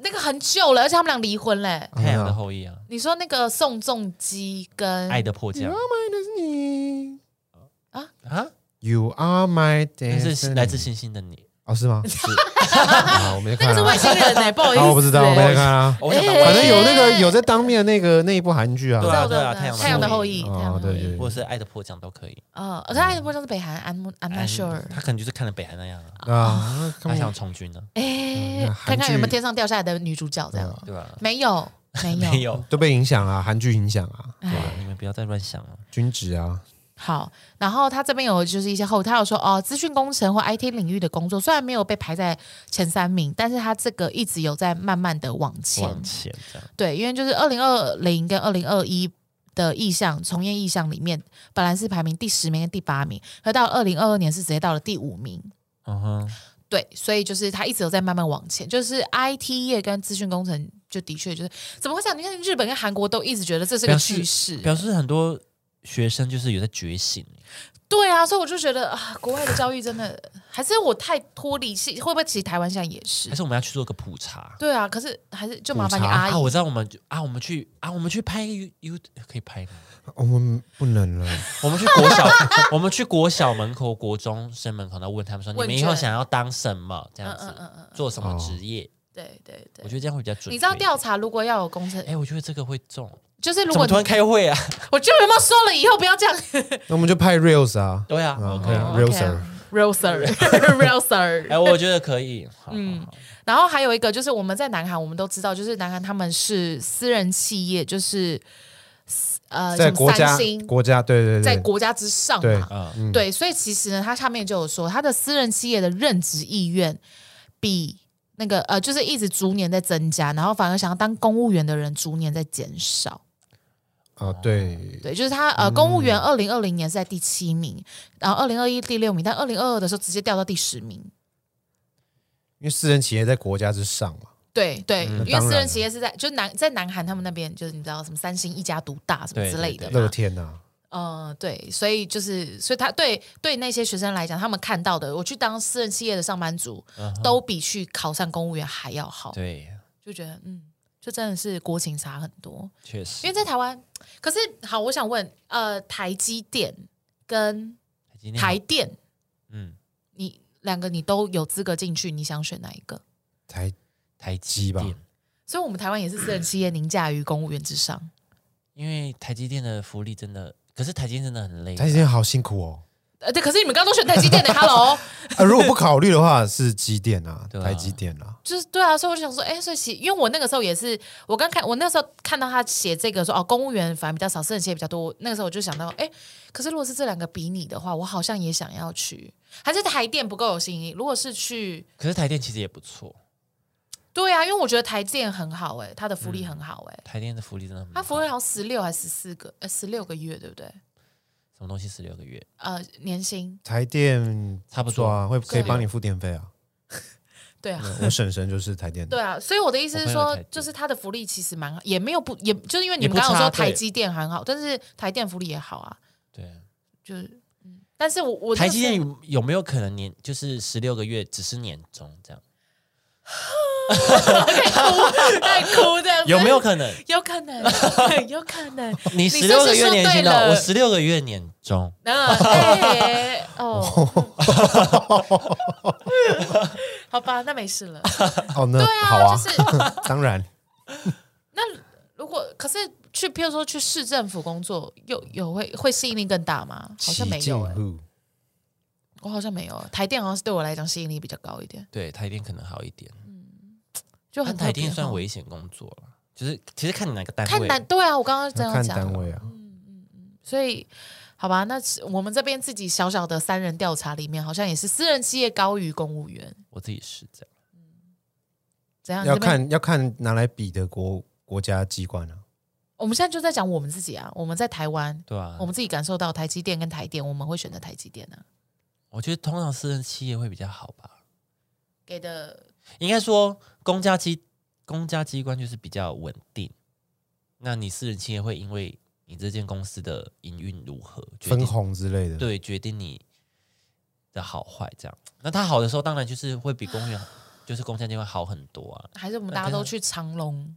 S2: 那个很久了，而且他们俩离婚嘞。
S3: 哎
S1: 太阳的后裔啊，
S2: 你说那个宋仲基跟
S1: 爱的迫降
S3: 那是你
S1: 啊，
S3: ，You are my
S1: 那
S2: 哎
S3: destiny，
S1: 是来自星星的 你。
S3: 哦是吗？啊我没
S2: 那
S3: 看
S2: 个是
S3: 啊
S2: 外，星人哎、不好意思、
S3: 啊我不知道，我没
S2: 哎
S3: 在看啊，
S1: 我想当
S2: 哎
S1: 外
S3: 反
S1: 星
S3: 正
S1: 人
S3: 有那个有在当面那个那一部韩剧啊
S1: 对，啊
S2: 我知道我知道
S1: 太阳的
S2: 太阳的后
S1: 后
S2: 裔，
S1: 裔
S2: 太阳的
S3: 哦
S2: 后
S3: 对
S2: 裔
S3: 对。
S1: 或者是爱的迫降都可以。
S2: 呃，可是爱的迫降是北韩，I'm I'm not
S1: 哎
S2: sure。
S1: 他可能就是看了北韩那样啊，
S3: 啊，
S1: 他想从军呢，
S2: 哎
S3: 那，
S2: 看
S3: 韩
S2: 看有没有
S3: 剧
S2: 天上掉下来的女主角这样。
S1: 对吧？
S2: 没有，没有，
S1: 没。有，
S3: 都被影响了，韩剧影响啊，
S1: 对吧？你们不要再乱想了。
S3: 君子啊，
S2: 好，然后他这边有就是一些后，他有说哦，资讯工程或 IT 领域的工作虽然没有被排在前三名，但是他这个一直有在慢慢的往前。
S1: 往前这样，
S2: 对，因为就是二零二零跟二零二一的意向从业意向里面，本来是排名第十名跟第八名，而到二零二二年是直接到了第五名。
S1: 嗯哼，
S2: 对，所以就是他一直有在慢慢往前，就是 IT 业跟资讯工程，就的确就是怎么会这样？你看日本跟韩国都一直觉得这是个
S1: 表示
S2: 趋势，
S1: 表示很多学生就是有在觉醒，
S2: 对啊，所以我就觉得啊，国外的教育真的还是我太脱离系，会不会其实台湾现在也是
S1: 还？是我们要去做个普查？
S2: 对啊，可是还是就麻烦你
S3: 普查
S2: 阿
S1: 啊，
S2: 姨，嗯
S1: 我知道，我们就啊，我们去啊，我们去拍 U U 可以拍吗？
S3: 我们不能了，
S1: 我们去国小， 我们去国小门口、国中生门口，然后问他们说：“你
S2: 问
S1: 们以后
S2: 卷
S1: 想要当什么？这样
S2: 嗯
S1: 子
S2: 嗯嗯
S1: 做什么职业
S2: 对对？”
S1: 我
S2: 对，
S1: 觉得这样会比较准确。
S2: 你知道调查如果要有工程，
S1: 哎，我觉得这个会中。
S2: 就是如
S1: 怎么
S2: 果
S1: 突然开会啊？
S2: 我就有没有说了以后不要这样
S3: 那我们就派 reels 啊，
S1: 对啊
S3: 啊
S1: ，OK
S3: 对
S1: 啊。
S3: 啊
S2: 哦
S3: real
S2: OK 啊 real sir real sir，
S1: 哎，我觉得可以。
S2: 嗯
S1: 嗯，
S2: 然后还有一个就是我们在南韩，我们都知道，就是南韩他们是私人企业，就是呃，
S3: 在
S2: 什么
S3: 国家
S2: 三星
S3: 国家对对对，
S2: 在国家之上
S3: 对
S2: 嘛。
S1: 嗯，
S3: 嗯
S2: 对，所以其实呢，它下面就有说，它的私人企业的任职意愿比那个呃，就是一直逐年在增加，然后反而想要当公务员的人逐年在减少。
S3: 啊对，
S2: 对，就是他
S3: 嗯
S2: 呃，公务员二零二零年是在第七名，然后二零二一第六名，但二零二二的时候直接掉到第十名。
S3: 因为私人企业在国家之上嘛，
S2: 对对，
S1: 嗯
S2: 因为
S3: 当
S2: 私
S3: 然
S2: 人
S3: 了
S2: 企业是在就南在南韩他们那边，就是你知道什么三星一家独大什么
S1: 对
S2: 之
S1: 对
S2: 类的
S3: 乐
S2: 嘛。
S3: 天啊呐，
S2: 嗯、对，所以就是所以他对对那些学生来讲，他们看到的，我去当私人企业的上班族，
S1: 嗯哼
S2: 都比去考上公务员还要好，
S1: 对，
S2: 就觉得嗯，就真的是国情差很多。
S1: 确实
S2: 因为。在台湾，可是好，我想问，呃，台积电跟
S1: 今天好
S2: 台电，
S1: 嗯
S2: 你两个你都有资格进去，你想选哪一个？
S3: 台
S1: 台积
S3: 积吧
S1: 电，
S2: 所以我们台湾也是私人企业凌驾于公务员之上。
S1: 因为台积电的福利真的，可是台积电真的很累。啊
S3: 台积电好辛苦哦。
S2: 呃，对，可是你们刚刚都选台积电的，Hello，
S3: 啊，如果不考虑的话，是机电 啊，
S1: 对啊
S3: 台积电啊，
S2: 就是对啊，所以我就想说，哎，所以其因为我那个时候也是，我刚看我那时候看到他写这个说哦，公务员反而比较少，私人企业比较多，那个时候我就想到，哎，可是如果是这两个比拟的话，我好像也想要去，还是台电不够有吸引力。如果是去，
S1: 可是台电其实也不错，
S2: 对啊，因为我觉得台电很好、哎，它的福利很好、哎、
S1: 台电的福利真的很好。
S2: 它福利好像十六还十四个，呃，十六个月对不对？
S1: 什么东西十六个月，
S2: 呃，年薪
S3: 台电
S1: 差不
S3: 做
S1: 多。
S3: 啊，会可以帮你付电费啊。
S2: 对啊。
S3: 我婶婶就是台电的，
S2: 对啊，所以我的意思
S1: 我
S2: 是
S1: 朋友有
S2: 说
S1: 台，积
S2: 就是它的福利其实蛮好，也没有不，也就是因为你
S1: 也
S2: 们
S1: 不
S2: 刚刚有说
S1: 差对
S2: 台积电很好，但是台电福利也好啊，
S1: 对，
S2: 就是，嗯，但是我我那
S1: 台
S2: 个
S1: 积
S2: 时候
S1: 电有有没有可能年就是十六个月只是年终这样？
S2: 在哭的，
S1: 有没有可能？
S2: 有可能？ 有可能？
S1: 你
S2: 是
S1: 十六个月年
S2: 说对
S1: 薪
S2: 了
S1: 的，我十六个月年终，
S2: 那哎哦，好吧，那 没事了。
S3: 哦，那
S2: 对
S3: 好
S2: 啊，
S3: 啊
S2: 就，是
S3: 当然
S2: 如果可是去，譬如说去市政府工作，有有会会吸引力更大吗？好像没有、
S3: 起
S2: 欸，
S3: 劲户
S2: 我好像没有、欸台电好像是对我来讲吸引力比较高一点，
S1: 对台电可能好一点，
S2: 就很
S1: 但
S2: 特别
S1: 台电算
S2: 哦
S1: 危险工作了，就是其实看你哪个单
S2: 看
S1: 位，
S2: 单对啊，我刚刚这
S3: 要
S2: 样
S3: 看
S2: 讲
S3: 单，位啊，
S2: 所以好吧，那是我们这边自己小小的三人调查里面，好像也是私人企业高于公务员，
S1: 我自己是这样。
S2: 怎样？
S3: 要
S2: 你这边
S3: 看要看拿来比的国国家机关啊，
S2: 我们现在就在讲我们自己啊，我们在台湾，
S1: 对啊
S2: 我，们自己感受到台积电跟台电，我们会选择台积电呢、啊，
S1: 我觉得通常私人企业会比较好吧。
S2: 给的
S1: 应该说公家机公家机关就是比较稳定，那你私人企业会因为你这间公司的营运如何决定
S3: 分红之类的。
S1: 对，啊决定你的好坏这样。那它好的时候，当然就是会比公园就是公家机关好很多啊。
S2: 还是我们大家都去长隆，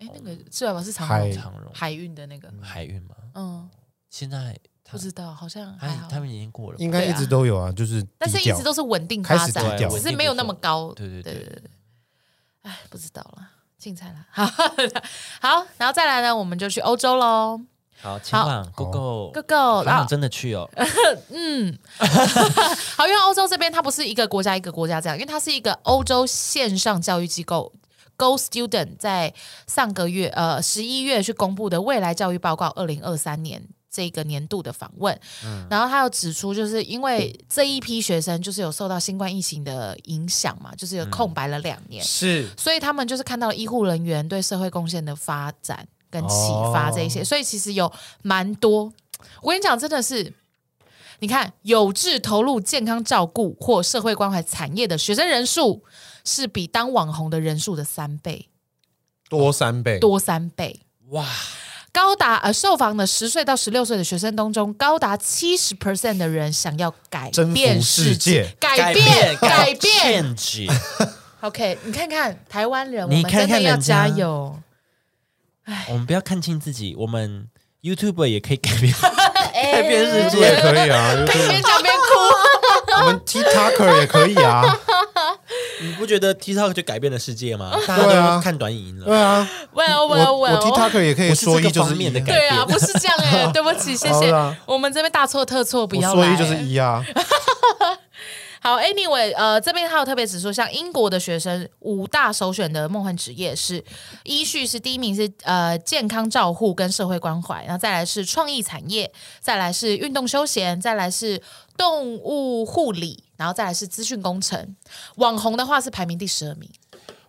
S2: 哎，那个最好是长
S3: 海
S2: 隆
S1: 长荣
S2: 海运的那个，
S1: 海运嘛，
S2: 嗯，
S1: 现在它
S2: 不知道，好像还
S1: 他
S2: 好
S1: 他，们已经过了吧，
S3: 应该一直都有啊，就是低调
S2: 但是一直都是稳定
S3: 开
S2: 发
S3: 始低
S2: 展，
S3: 调
S2: 只是没有那么高，
S1: 对对对对
S2: 哎，不知道了，竞猜了， 好好，然后再来呢，我们就去欧洲啊喽
S1: 好，前往 Google
S2: ，Go Go，然
S1: 然
S2: 后
S1: 后真的去 哦，
S2: 好，因为欧洲这边它不是一个国家一个国家这样，因为它是一个欧洲线上教育机构。Go Student 在上个月呃十一月去公布的未来教育报告二零二三年这个年度的访问，
S1: 嗯
S2: 然后他又指出，就是因为这一批学生就是有受到新冠疫情的影响嘛，就是
S1: 嗯
S2: 有空白了两年，
S3: 是
S2: 所以他们就是看到了医护人员对社会贡献的发展跟启发这一些，
S3: 哦
S2: 所以其实有蛮多。我跟你讲，真的是，你看有志投入健康照顾或社会关怀产业的学生人数，是比当网红的人数的三倍
S3: 多三倍，
S2: 多三倍。
S1: 哇，
S2: 高达呃，受访的十岁到十六岁的学生当中，高达七十 percent 的人想要改
S3: 征服
S2: 变
S3: 世界，
S2: 改变改变。
S1: ，change，
S2: OK，你看看台湾人，
S1: 你
S2: 我们真
S1: 看看
S2: 的要
S1: 人家
S2: 加油。
S1: 哎我们不要看清自己，我们 YouTube 也可以改 变
S2: 哎
S1: 改变世
S3: 这也
S1: 界。
S3: 可以啊，就
S2: 边
S3: 是
S2: 讲边哭。
S3: 我们 TikToker 也可以 啊，
S1: 你不觉得 TikTok 就改变了世界吗？ 大
S3: 对
S1: 家
S3: 啊
S1: 都看短影音了，
S3: 对啊，
S2: Well
S3: 我
S2: well
S3: 我
S2: well，
S3: TikToker 也可以
S1: 我是
S3: 说
S1: 这
S3: 一
S1: 个
S3: 就是
S1: 方面的
S3: 一
S1: 感
S3: 啊，
S2: 对啊，不是这样 哎、对不起，谢
S3: 好
S2: 谢
S3: 啦。
S2: 我们这边大错特错，不
S3: 我
S2: 要
S3: 说
S2: 来
S3: 一。就是一啊，
S2: 好，Anyway，呃，这边还有特别指出，像英国的学生五大首选的梦幻职业是，依序是第一名是呃健康照护跟社会关怀，然后再来是创意产业，再来是运动休闲，再来是动物护理，然后再来是资讯工程。网红的话是排名第十二名。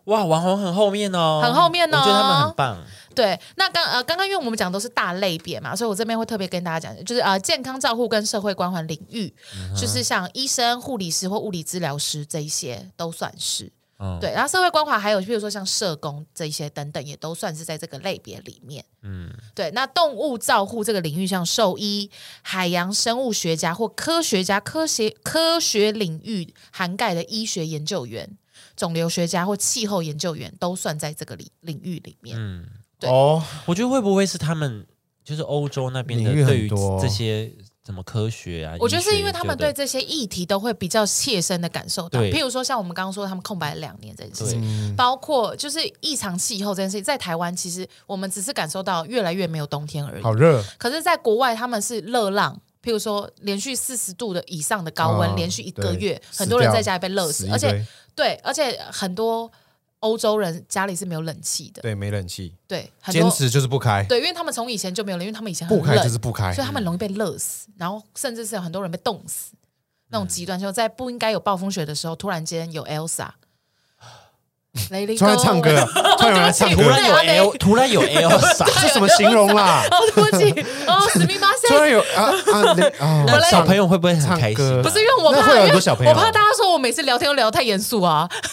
S1: 哇，网红很后面哦，
S2: 很后面哦
S1: 我觉得他们很棒。
S2: 对，那刚呃刚刚因为我们讲都是大类别嘛，所以我这边会特别跟大家讲，就是呃健康照护跟社会关怀领域，
S1: 嗯
S2: 就是像医生、护理师或物理治疗师这一些都算是。
S1: 嗯
S2: 对，然后社会关怀还有，譬如说像社工这一些等等，也都算是在这个类别里面。
S1: 嗯，
S2: 对，那动物照护这个领域，像兽医、海洋生物学家或科学家、科学科学领域涵盖的医学研究员、肿瘤学家或气候研究员，都算在这个领领域里面。 对
S3: 哦，
S1: 嗯我觉得会不会是他们就是欧洲那边的
S3: 领域很
S1: 对于
S3: 多
S1: 这些什么科学啊？
S2: 我觉得
S1: 医
S2: 是
S1: 学
S2: 因为他们
S1: 研
S2: 对
S1: 究
S2: 这些议题都会比较切身的感受到，
S1: 对
S2: 譬如说像我们刚刚说他们空白了两年这件事
S1: 对
S2: 情，
S3: 嗯
S2: 包括就是异常气候这件事情，在台湾其实我们只是感受到越来越没有冬天而已，
S3: 好热，
S2: 可是在国外他们是热浪。譬如说，连续四十度的以上的高温，
S3: 啊
S2: 连续一个
S3: 对
S2: 月，
S3: 死
S2: 很多人
S3: 掉
S2: 在家里被热死，
S3: 死一
S2: 而且
S3: 堆
S2: 对，而且很多欧洲人家里是没有冷气的，
S3: 对没冷气，
S2: 对，很
S3: 坚
S2: 多
S3: 持就是不开，
S2: 对，因为他们从以前就没有了，因为他们以前很
S3: 不开
S2: 冷，
S3: 就是不开
S2: 所，以他们容易被热死，然后甚至是有很多人被冻死。那
S3: 嗯
S2: 种极端就在不应该有暴风雪的时候，突然间有 Elsa，雷凌
S3: 突然唱歌啊了，突然有人来 唱
S2: 对
S1: 突
S3: 歌了，
S1: 然有
S2: 啊对
S1: L，突哎 然有 L 傻，
S3: 这什么形容啦？
S2: 哦，对不起，哦，死命发
S3: 突
S2: 现，
S3: 然有啊啊那啊，
S1: 那小朋
S3: 友
S1: 友会不会很开
S3: 唱
S1: 心
S3: 歌
S2: 不是因为我
S3: 那
S2: 怕，
S3: 会
S2: 因
S3: 有很
S2: 为
S3: 多小朋友啊
S2: 我怕大家说我每次聊天都聊得太严肃啊，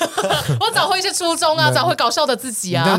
S2: 我找回一些初衷 啊，找回搞笑的自己啊。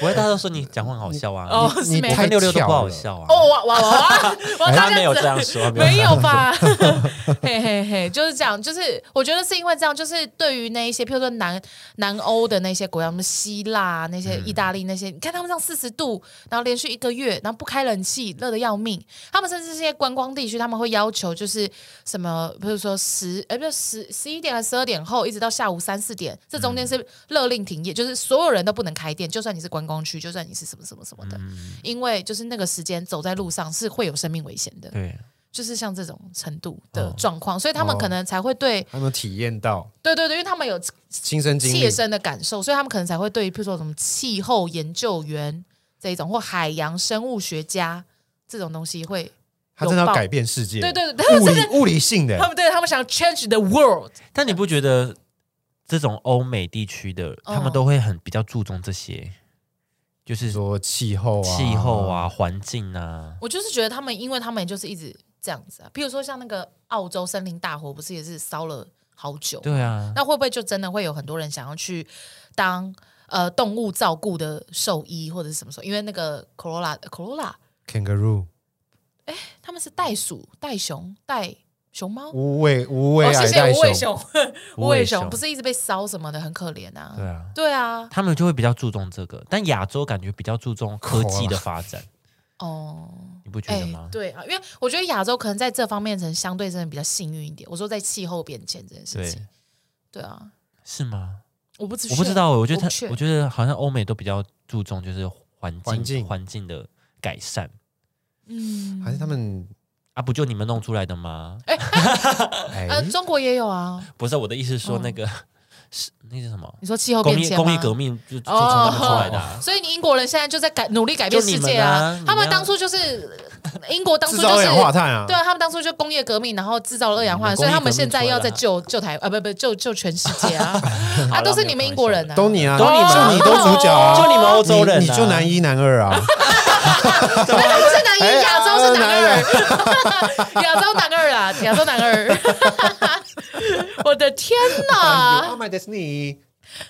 S1: 不会大家都说你讲话很好笑啊？
S2: 哦
S1: 你，
S2: 是
S3: 你
S2: 没
S1: 我
S3: 太
S1: 跟六六都
S3: 跳
S1: 不好
S3: 了
S1: 笑啊。
S2: 哦，哇哇哇哇，哇
S1: 他
S2: 这
S1: 没有
S2: 子
S1: 这样 说，没有
S2: 没有吧？ 嘿嘿嘿，就是这样，就是我觉得是因为这样，就是对于那一些，譬如说南南欧的那些国家，什么希腊啊、那
S1: 嗯
S2: 些意大利那些，你看他们这样四十度，然后连续一个月，然后不开冷气，热的要命。他们甚至是一些观光地区，他们会要求就是什么，比如说十，哎，不是十十一点还是十二点后，一直到下午三四点，这
S1: 嗯
S2: 中间是勒令停业，就是所有人都不能开店，就算你是观光区，就算你是什么什么什么的，
S1: 嗯
S2: 因为就是那个时间走在路上是会有生命危险的。
S1: 对，
S2: 就是像这种程度的状况，所以他们
S3: 哦
S2: 可能才会对，
S3: 他们体验到
S2: 对对对，因为他们有
S3: 亲身经历
S2: 切，身的感受，所以他们可能才会对，譬如说什么气候研究员这一种，或海洋生物学家这种东西会，
S3: 他真的要改变世界，
S2: 对对对他们
S3: 物
S2: 真
S3: 理物理性的
S2: 他们对他们想 change the world，
S1: 但你不觉得这种欧美地区的，他
S2: 哦
S1: 们都会很比较注重这些？就是
S3: 说气候啊，
S1: 气候，啊、环境啊，
S2: 我就是觉得他们，因为他们就是一直这样子啊。譬如说像那个澳洲森林大火，不是也是烧了好久？
S1: 对啊，
S2: 那会不会就真的会有很多人想要去当呃动物照顾的兽医或者是什么时候？因为那个 Corolla 呃 Corolla
S3: kangaroo
S2: 他们是袋鼠、袋熊、袋熊猫。
S3: 无尾无尾
S2: 哦，
S3: 矮
S2: 谢谢
S3: 袋
S2: 无尾
S3: 熊，
S2: 熊，
S1: 啊无
S2: 无
S1: 尾
S2: 尾
S1: 熊
S2: 熊不是一直被烧什么的，很可怜啊。
S1: 对啊，
S2: 对啊，
S1: 他们就会比较注重这个，但亚洲感觉比较注重科技的发展，
S2: 哦，
S1: 你不觉
S2: 哎、
S1: 得吗？
S2: 对啊，因为我觉得亚洲可能在这方面可能相对真的比较幸运一点。我说在气候变迁这件事
S1: 对，
S2: 情，对啊，
S1: 是吗？
S2: 我不知
S1: 我不知道，我觉得
S2: 我
S1: 他
S2: 不确，
S1: 我觉得好像欧美都比较注重就是环境
S3: 环境
S1: 环境的改善
S2: 嗯，
S3: 还是他们
S1: 啊，不就你们弄出来的吗？
S3: 哎
S2: 呃，中国也有啊。
S1: 不是我的意思，说
S2: 哦
S1: 那个、是那是什么？
S2: 你说气候
S1: 工
S2: 变
S1: 业
S2: 迁
S1: 工业
S2: 吗
S1: 革命就就从他们出来的、啊，
S2: 所以你英国人现在就在改努力改变
S1: 就你
S2: 世
S1: 们
S2: 界
S1: 啊你
S2: 他们
S1: 们
S2: 当初就是英国当初
S3: 制
S2: 就
S3: 造二
S2: 是
S3: 氧化碳啊，
S2: 对啊，他们当初就工业革命，然后制造了二氧化
S1: 你们
S2: 碳，所以
S1: 嗯工业
S2: 他们
S1: 革
S2: 现
S1: 命
S2: 在
S1: 出来
S2: 要
S1: 了
S2: 在救救台啊，不不救救全世 界啊啊，
S1: 好
S2: 都
S1: 啦
S2: 是
S1: 没
S2: 你
S1: 有
S2: 们
S1: 开玩
S2: 英国
S1: 笑
S2: 人啊，
S3: 都你啊，
S1: 都你们啊
S3: 就你都主角啊，
S1: 就你们欧洲人啊
S3: 你你就男一男 二啊，
S2: 不是男一，亚洲是男
S3: 哎
S1: 哎
S2: 二， 亚洲男二啊，亚洲男二。 我的天
S1: 哎
S2: 哪！
S3: my destiny，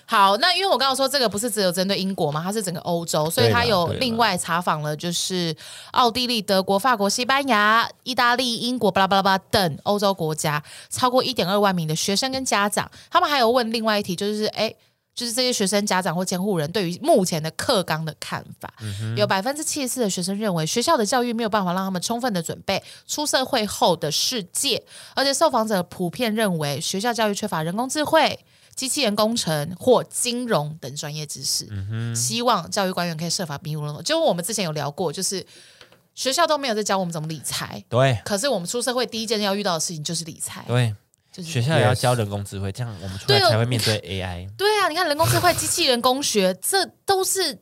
S2: 好，那因为我刚刚说这个不是只有针对英国嘛，它是整个欧洲，所以
S1: 对啦
S2: 它有
S1: 对啦
S2: 另外采访了就是奥地利、德国、法国、西班牙、意大利、英国、巴拉巴拉巴拉等欧洲国家超过一点二万名的学生跟家长，他们还有问另外一题，就是哎。就是这些学生、家长或监护人对于目前的课纲的看法，有百分之七十四的学生认为学校的教育没有办法让他们充分的准备出社会后的世界，而且受访者普遍认为学校教育缺乏人工智慧、机器人工程或金融等专业知识。
S1: 嗯
S2: 希望教育官员可以设法弥补了。就我们之前有聊过，就是学校都没有在教我们怎么理财，
S1: 对
S2: 可是我们出社会第一件要遇到的事情就是理财，
S1: 对，
S2: 就是
S1: 学校也要
S3: Yes
S1: 教人工智慧，这样我们出来
S2: 对哦
S1: 才会面对 AI。
S2: 对啊，你看人工智慧、机器人工学，这都是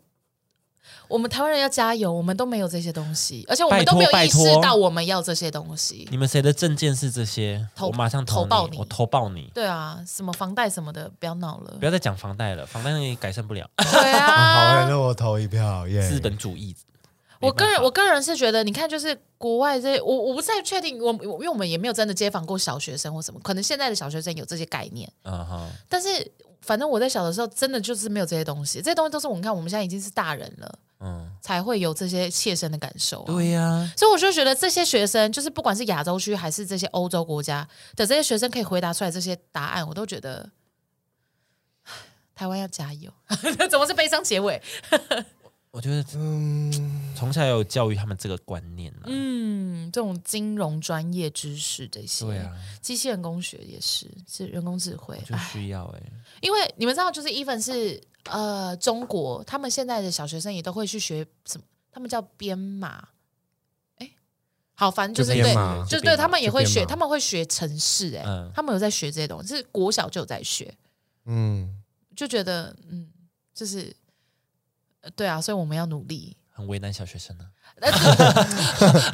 S2: 我们台湾人要加油，我们都没有这些东西，而且我们都没有
S1: 拜
S2: 意
S1: 托
S2: 识
S1: 拜托
S2: 到我们要这些东西。
S1: 你们谁的证件是这些？
S2: 投
S1: 我马上
S2: 投报
S1: 你，
S2: 你
S1: 我投报你！
S2: 对啊，什么房贷什么的，不要闹了
S1: 不。要再讲房贷了，房贷也改善不了，哦
S2: 对
S3: 好
S2: 啊
S3: 人，，那我投一票耶，
S1: 资本主义。
S2: 我
S1: 没办
S2: 个
S1: 法
S2: 人我个人是觉得，你看，就是国外这，我我不太确定，我我因为我们也没有真的街访过小学生或什么，可能现在的小学生有这些概念，
S1: 嗯哼，
S2: 但是反正我在小的时候真的就是没有这些东西，这些东西都是我们看我们现在已经是大人了，
S1: 嗯，
S2: 才会有这些切身的感受、啊。
S1: 对呀、
S2: 所以我就觉得这些学生，就是不管是亚洲区还是这些欧洲国家的这些学生，可以回答出来这些答案，我都觉得 唉台湾要加油。 怎么是悲伤结尾？
S1: 我觉得
S3: 嗯，
S1: 从小有教育他们这个观念啊呢、
S2: 嗯，这种金融专业知识这些，
S1: 对啊，
S2: 机器人工学也是，是人工智慧
S1: 我。就
S2: 唉
S1: 需要哎、
S2: 因为你们知道，就是 even 是呃中国，他们现在的小学生也都会去学什么，他们叫编码。哎，好，反正就是
S3: 就
S2: 对
S3: 编码，
S2: 就是
S1: 编
S2: 对
S1: 码
S2: 他们也会
S3: 就编
S2: 学，
S3: 码
S2: 他们会学程式、哎、
S1: 嗯
S2: 他们有在学这些东西，是国小就有在学，
S3: 嗯，
S2: 就觉得嗯，就是呃对啊，所以我们要努力。
S1: 很为难小学生啊呢、
S2: 但是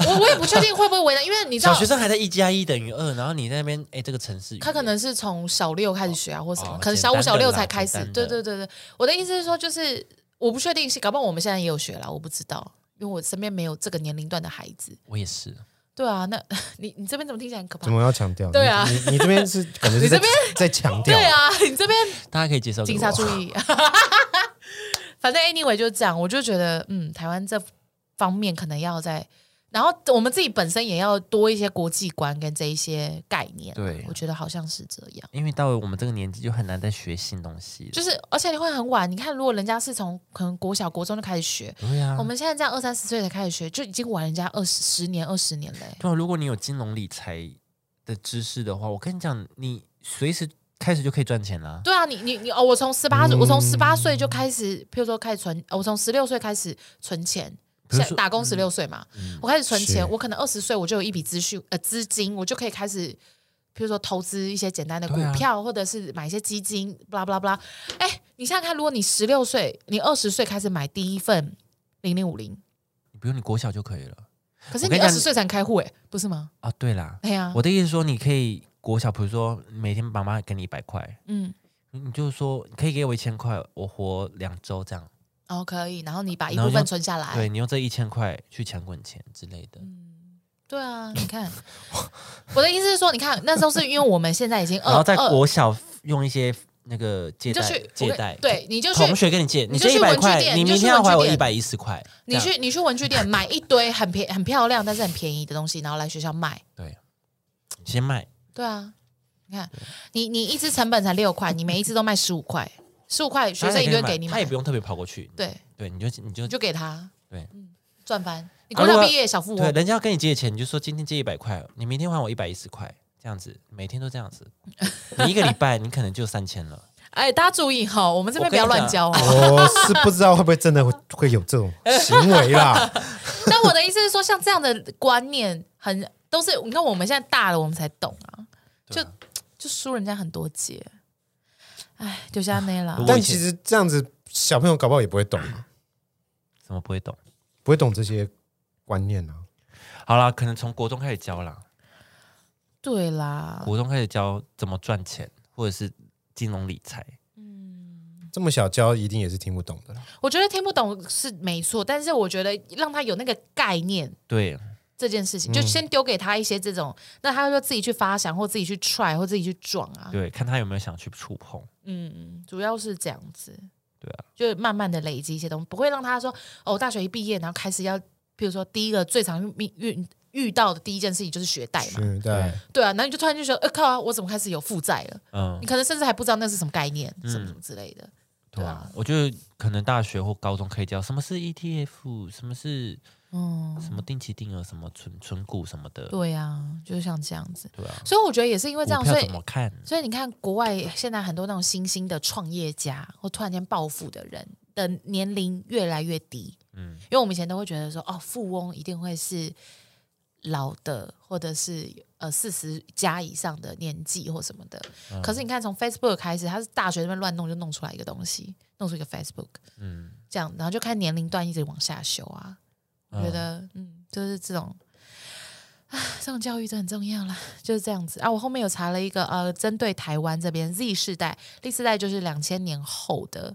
S2: 我我也不确定会不会为难，因为你知
S1: 小
S2: 道
S1: 学，生还在一加一等于二，然后你在那边哎、这个城市语言
S2: 他可能是从小六开始学啊，或什么，
S1: 哦
S2: 可能小五、
S1: 简单的
S2: 小六
S1: 啦
S2: 才开始
S1: 简单。的
S2: 对对对对，我的意思是说，就是我不确定是，搞不好我们现在也有学啦，我不知道，因为我身边没有这个年龄段的孩子。
S1: 我也是，
S2: 对啊，那 你你这边怎么听起来很可怕
S3: 怎？么要强调？
S2: 对啊
S3: 你你你这边是感觉是
S2: 你
S3: 在
S2: 这边
S3: 在强调，
S2: 对啊， 你这边
S1: 大家可以介绍给
S2: 警
S1: 我
S2: 察注意。 反正 anyway 就是这样，我就觉得，嗯，台湾这方面可能要在，然后我们自己本身也要多一些国际观跟这一些概念。啊
S1: 对
S2: 我觉得好像是这样。
S1: 因为到了我们这个年纪就很难再学新东西了。
S2: 就是，而且你会很晚。你看，如果人家是从可能国小、国中就开始学，
S1: 对啊呀、
S2: 我们现在这样二三十岁才开始学，就已经晚人家二十十年、二十年嘞、
S1: 对、啊，如果你有金融理财的知识的话，我跟你讲，你随时开始就可以赚钱啦。
S2: 对啊，你你你哦，我从十八岁，我从十八岁就开始，譬如说开始存，哦我从十六岁开始存钱，
S1: 比如
S2: 现
S1: 说
S2: 打工十六岁嘛，我开始存
S3: 是
S2: 钱，我可能二十岁我就有一笔资讯呃资金，我就可以开始，譬如说投资一些简单的股
S1: 对啊
S2: 票，或者是买一些基金，巴拉巴拉巴拉。哎，你想想看，如果你十六岁，你二十岁开始买第一份零零五零，
S1: 你不用你国小就可以了
S2: 可是
S1: 我
S2: 你
S1: 跟你讲
S2: 二十岁才开户哎、不是吗？
S1: 啊。对啦，
S2: 哎呀、
S1: 我的意思是说，你可以国小，比如说每天妈妈给你一百块，
S2: 嗯，
S1: 你就说可以给我一千块，我活两周这样，
S2: 哦，可以。然后你把一
S1: 然后
S2: 部分
S1: 就
S2: 存下来。
S1: 对你用这一千块去抢滚钱之类
S2: 嗯
S1: 的，
S2: 对啊，你看，我的意思是说，你看那时候是因为我们现在已经二
S1: 然后在
S2: 二，
S1: 国小用一些那个借
S2: 呃你就
S1: 贷
S2: 去
S1: 借
S2: 我跟
S1: 贷，
S2: 对，你就去
S1: 同学跟你借，
S2: 你就
S1: 借
S2: 去
S1: 一
S2: 文
S1: 百
S2: 具
S1: 块，
S2: 店
S1: 你
S2: 你就
S1: 明
S2: 去
S1: 天要
S2: 文具
S1: 还我一
S2: 店
S1: 百一十块，
S2: 你
S1: 这样
S2: 去你去文具店买一堆很便很漂亮，但是很便宜的东西，然后来学校卖。
S1: 对，先卖，
S2: 对啊，你看，你你一次成本才六块，你每一次都卖十五块，十五块学生一
S1: 也
S2: 定会给你
S1: 他
S2: 买
S1: 也，不用特别跑过去，
S2: 对，
S1: 对，你就你就
S2: 你就给他，
S1: 对
S2: 嗯，赚翻。你
S1: 啊
S2: 国
S1: 如
S2: 小
S1: 果
S2: 毕业小富
S1: 对，
S2: 翁，
S1: 人家要跟你借钱，你就说今天借一百块，你明天还我一百一十块，这样子，每天都这样 子，你一个礼拜你可能就三千了，
S2: 哎，大家注意哈，我们这边
S1: 我
S2: 不
S1: 跟你
S2: 要
S1: 讲
S2: 乱教哦。
S3: 我是不知道会不会真的会会有这种行为啦。
S2: 但我的意思是说，像这样的观念很都是，你看我们现在大了，我们才懂啊，就
S1: 对啊
S2: 就输人家很多节。哎，就像那啦
S1: 如，果
S3: 但其实这样子，小朋友搞不好也不会懂啊，
S1: 怎么不会懂？
S3: 不会懂这些观念啊。
S1: 好啦，可能从国中开始教啦，
S2: 对啦，
S1: 国中开始教怎么赚钱，或者是金融理财，
S3: 这么小教一定也是听不懂的啦。
S2: 我觉得听不懂是没错，但是我觉得让他有那个概念，
S1: 对，
S2: 这件事情，
S1: 嗯
S2: 就先丢给他一些这种，那他就自己去发想，或自己去 try，或自己去撞啊。
S1: 对，看他有没有想去触碰。
S2: 嗯，主要是这样子。
S1: 对啊，
S2: 就慢慢的累积一些东西，不会让他说哦，大学一毕业，然后开始要，比如说第一个最常遇遇遇到的第一件事情就是学贷嘛，
S3: 嗯，对
S1: 对，
S2: 对啊，然后你就突然就觉得，呃靠啊、我怎么开始有负债了？
S1: 嗯
S2: 你，可能甚至还不知道那是什么概念，什么
S1: 嗯
S2: 什么之类的。
S1: 对
S2: 对
S1: 啊
S2: 啊，
S1: 我觉得可能大学或高中可以教什么是 ETF，什么是
S2: 嗯，
S1: 什么定期定额，什么存存股什么的，
S2: 对啊，就是像这样子。
S1: 对啊，
S2: 所以我觉得也是因为这
S1: 股
S2: 样，所
S1: 票
S2: 以
S1: 怎么看？
S2: 所以你看，国外现在很多那种新兴的创业家或突然间暴富的人的年龄越来越低，
S1: 嗯，
S2: 因为我们以前都会觉得说，哦，富翁一定会是老的，或者是呃四十加以上的年纪或什么的。
S1: 嗯
S2: 可是你看，从 Facebook 开始，他是大学那边乱弄就弄出来一个东西，弄出一个 Facebook，
S1: 嗯，
S2: 这样，然后就看年龄段一直往下修啊。我觉得，嗯，就是这种，啊，这种教育真的很重要啦，就是这样子啊。我后面有查了一个，呃，针对台湾这边 Z 世代，Z 世代就是两千年后的，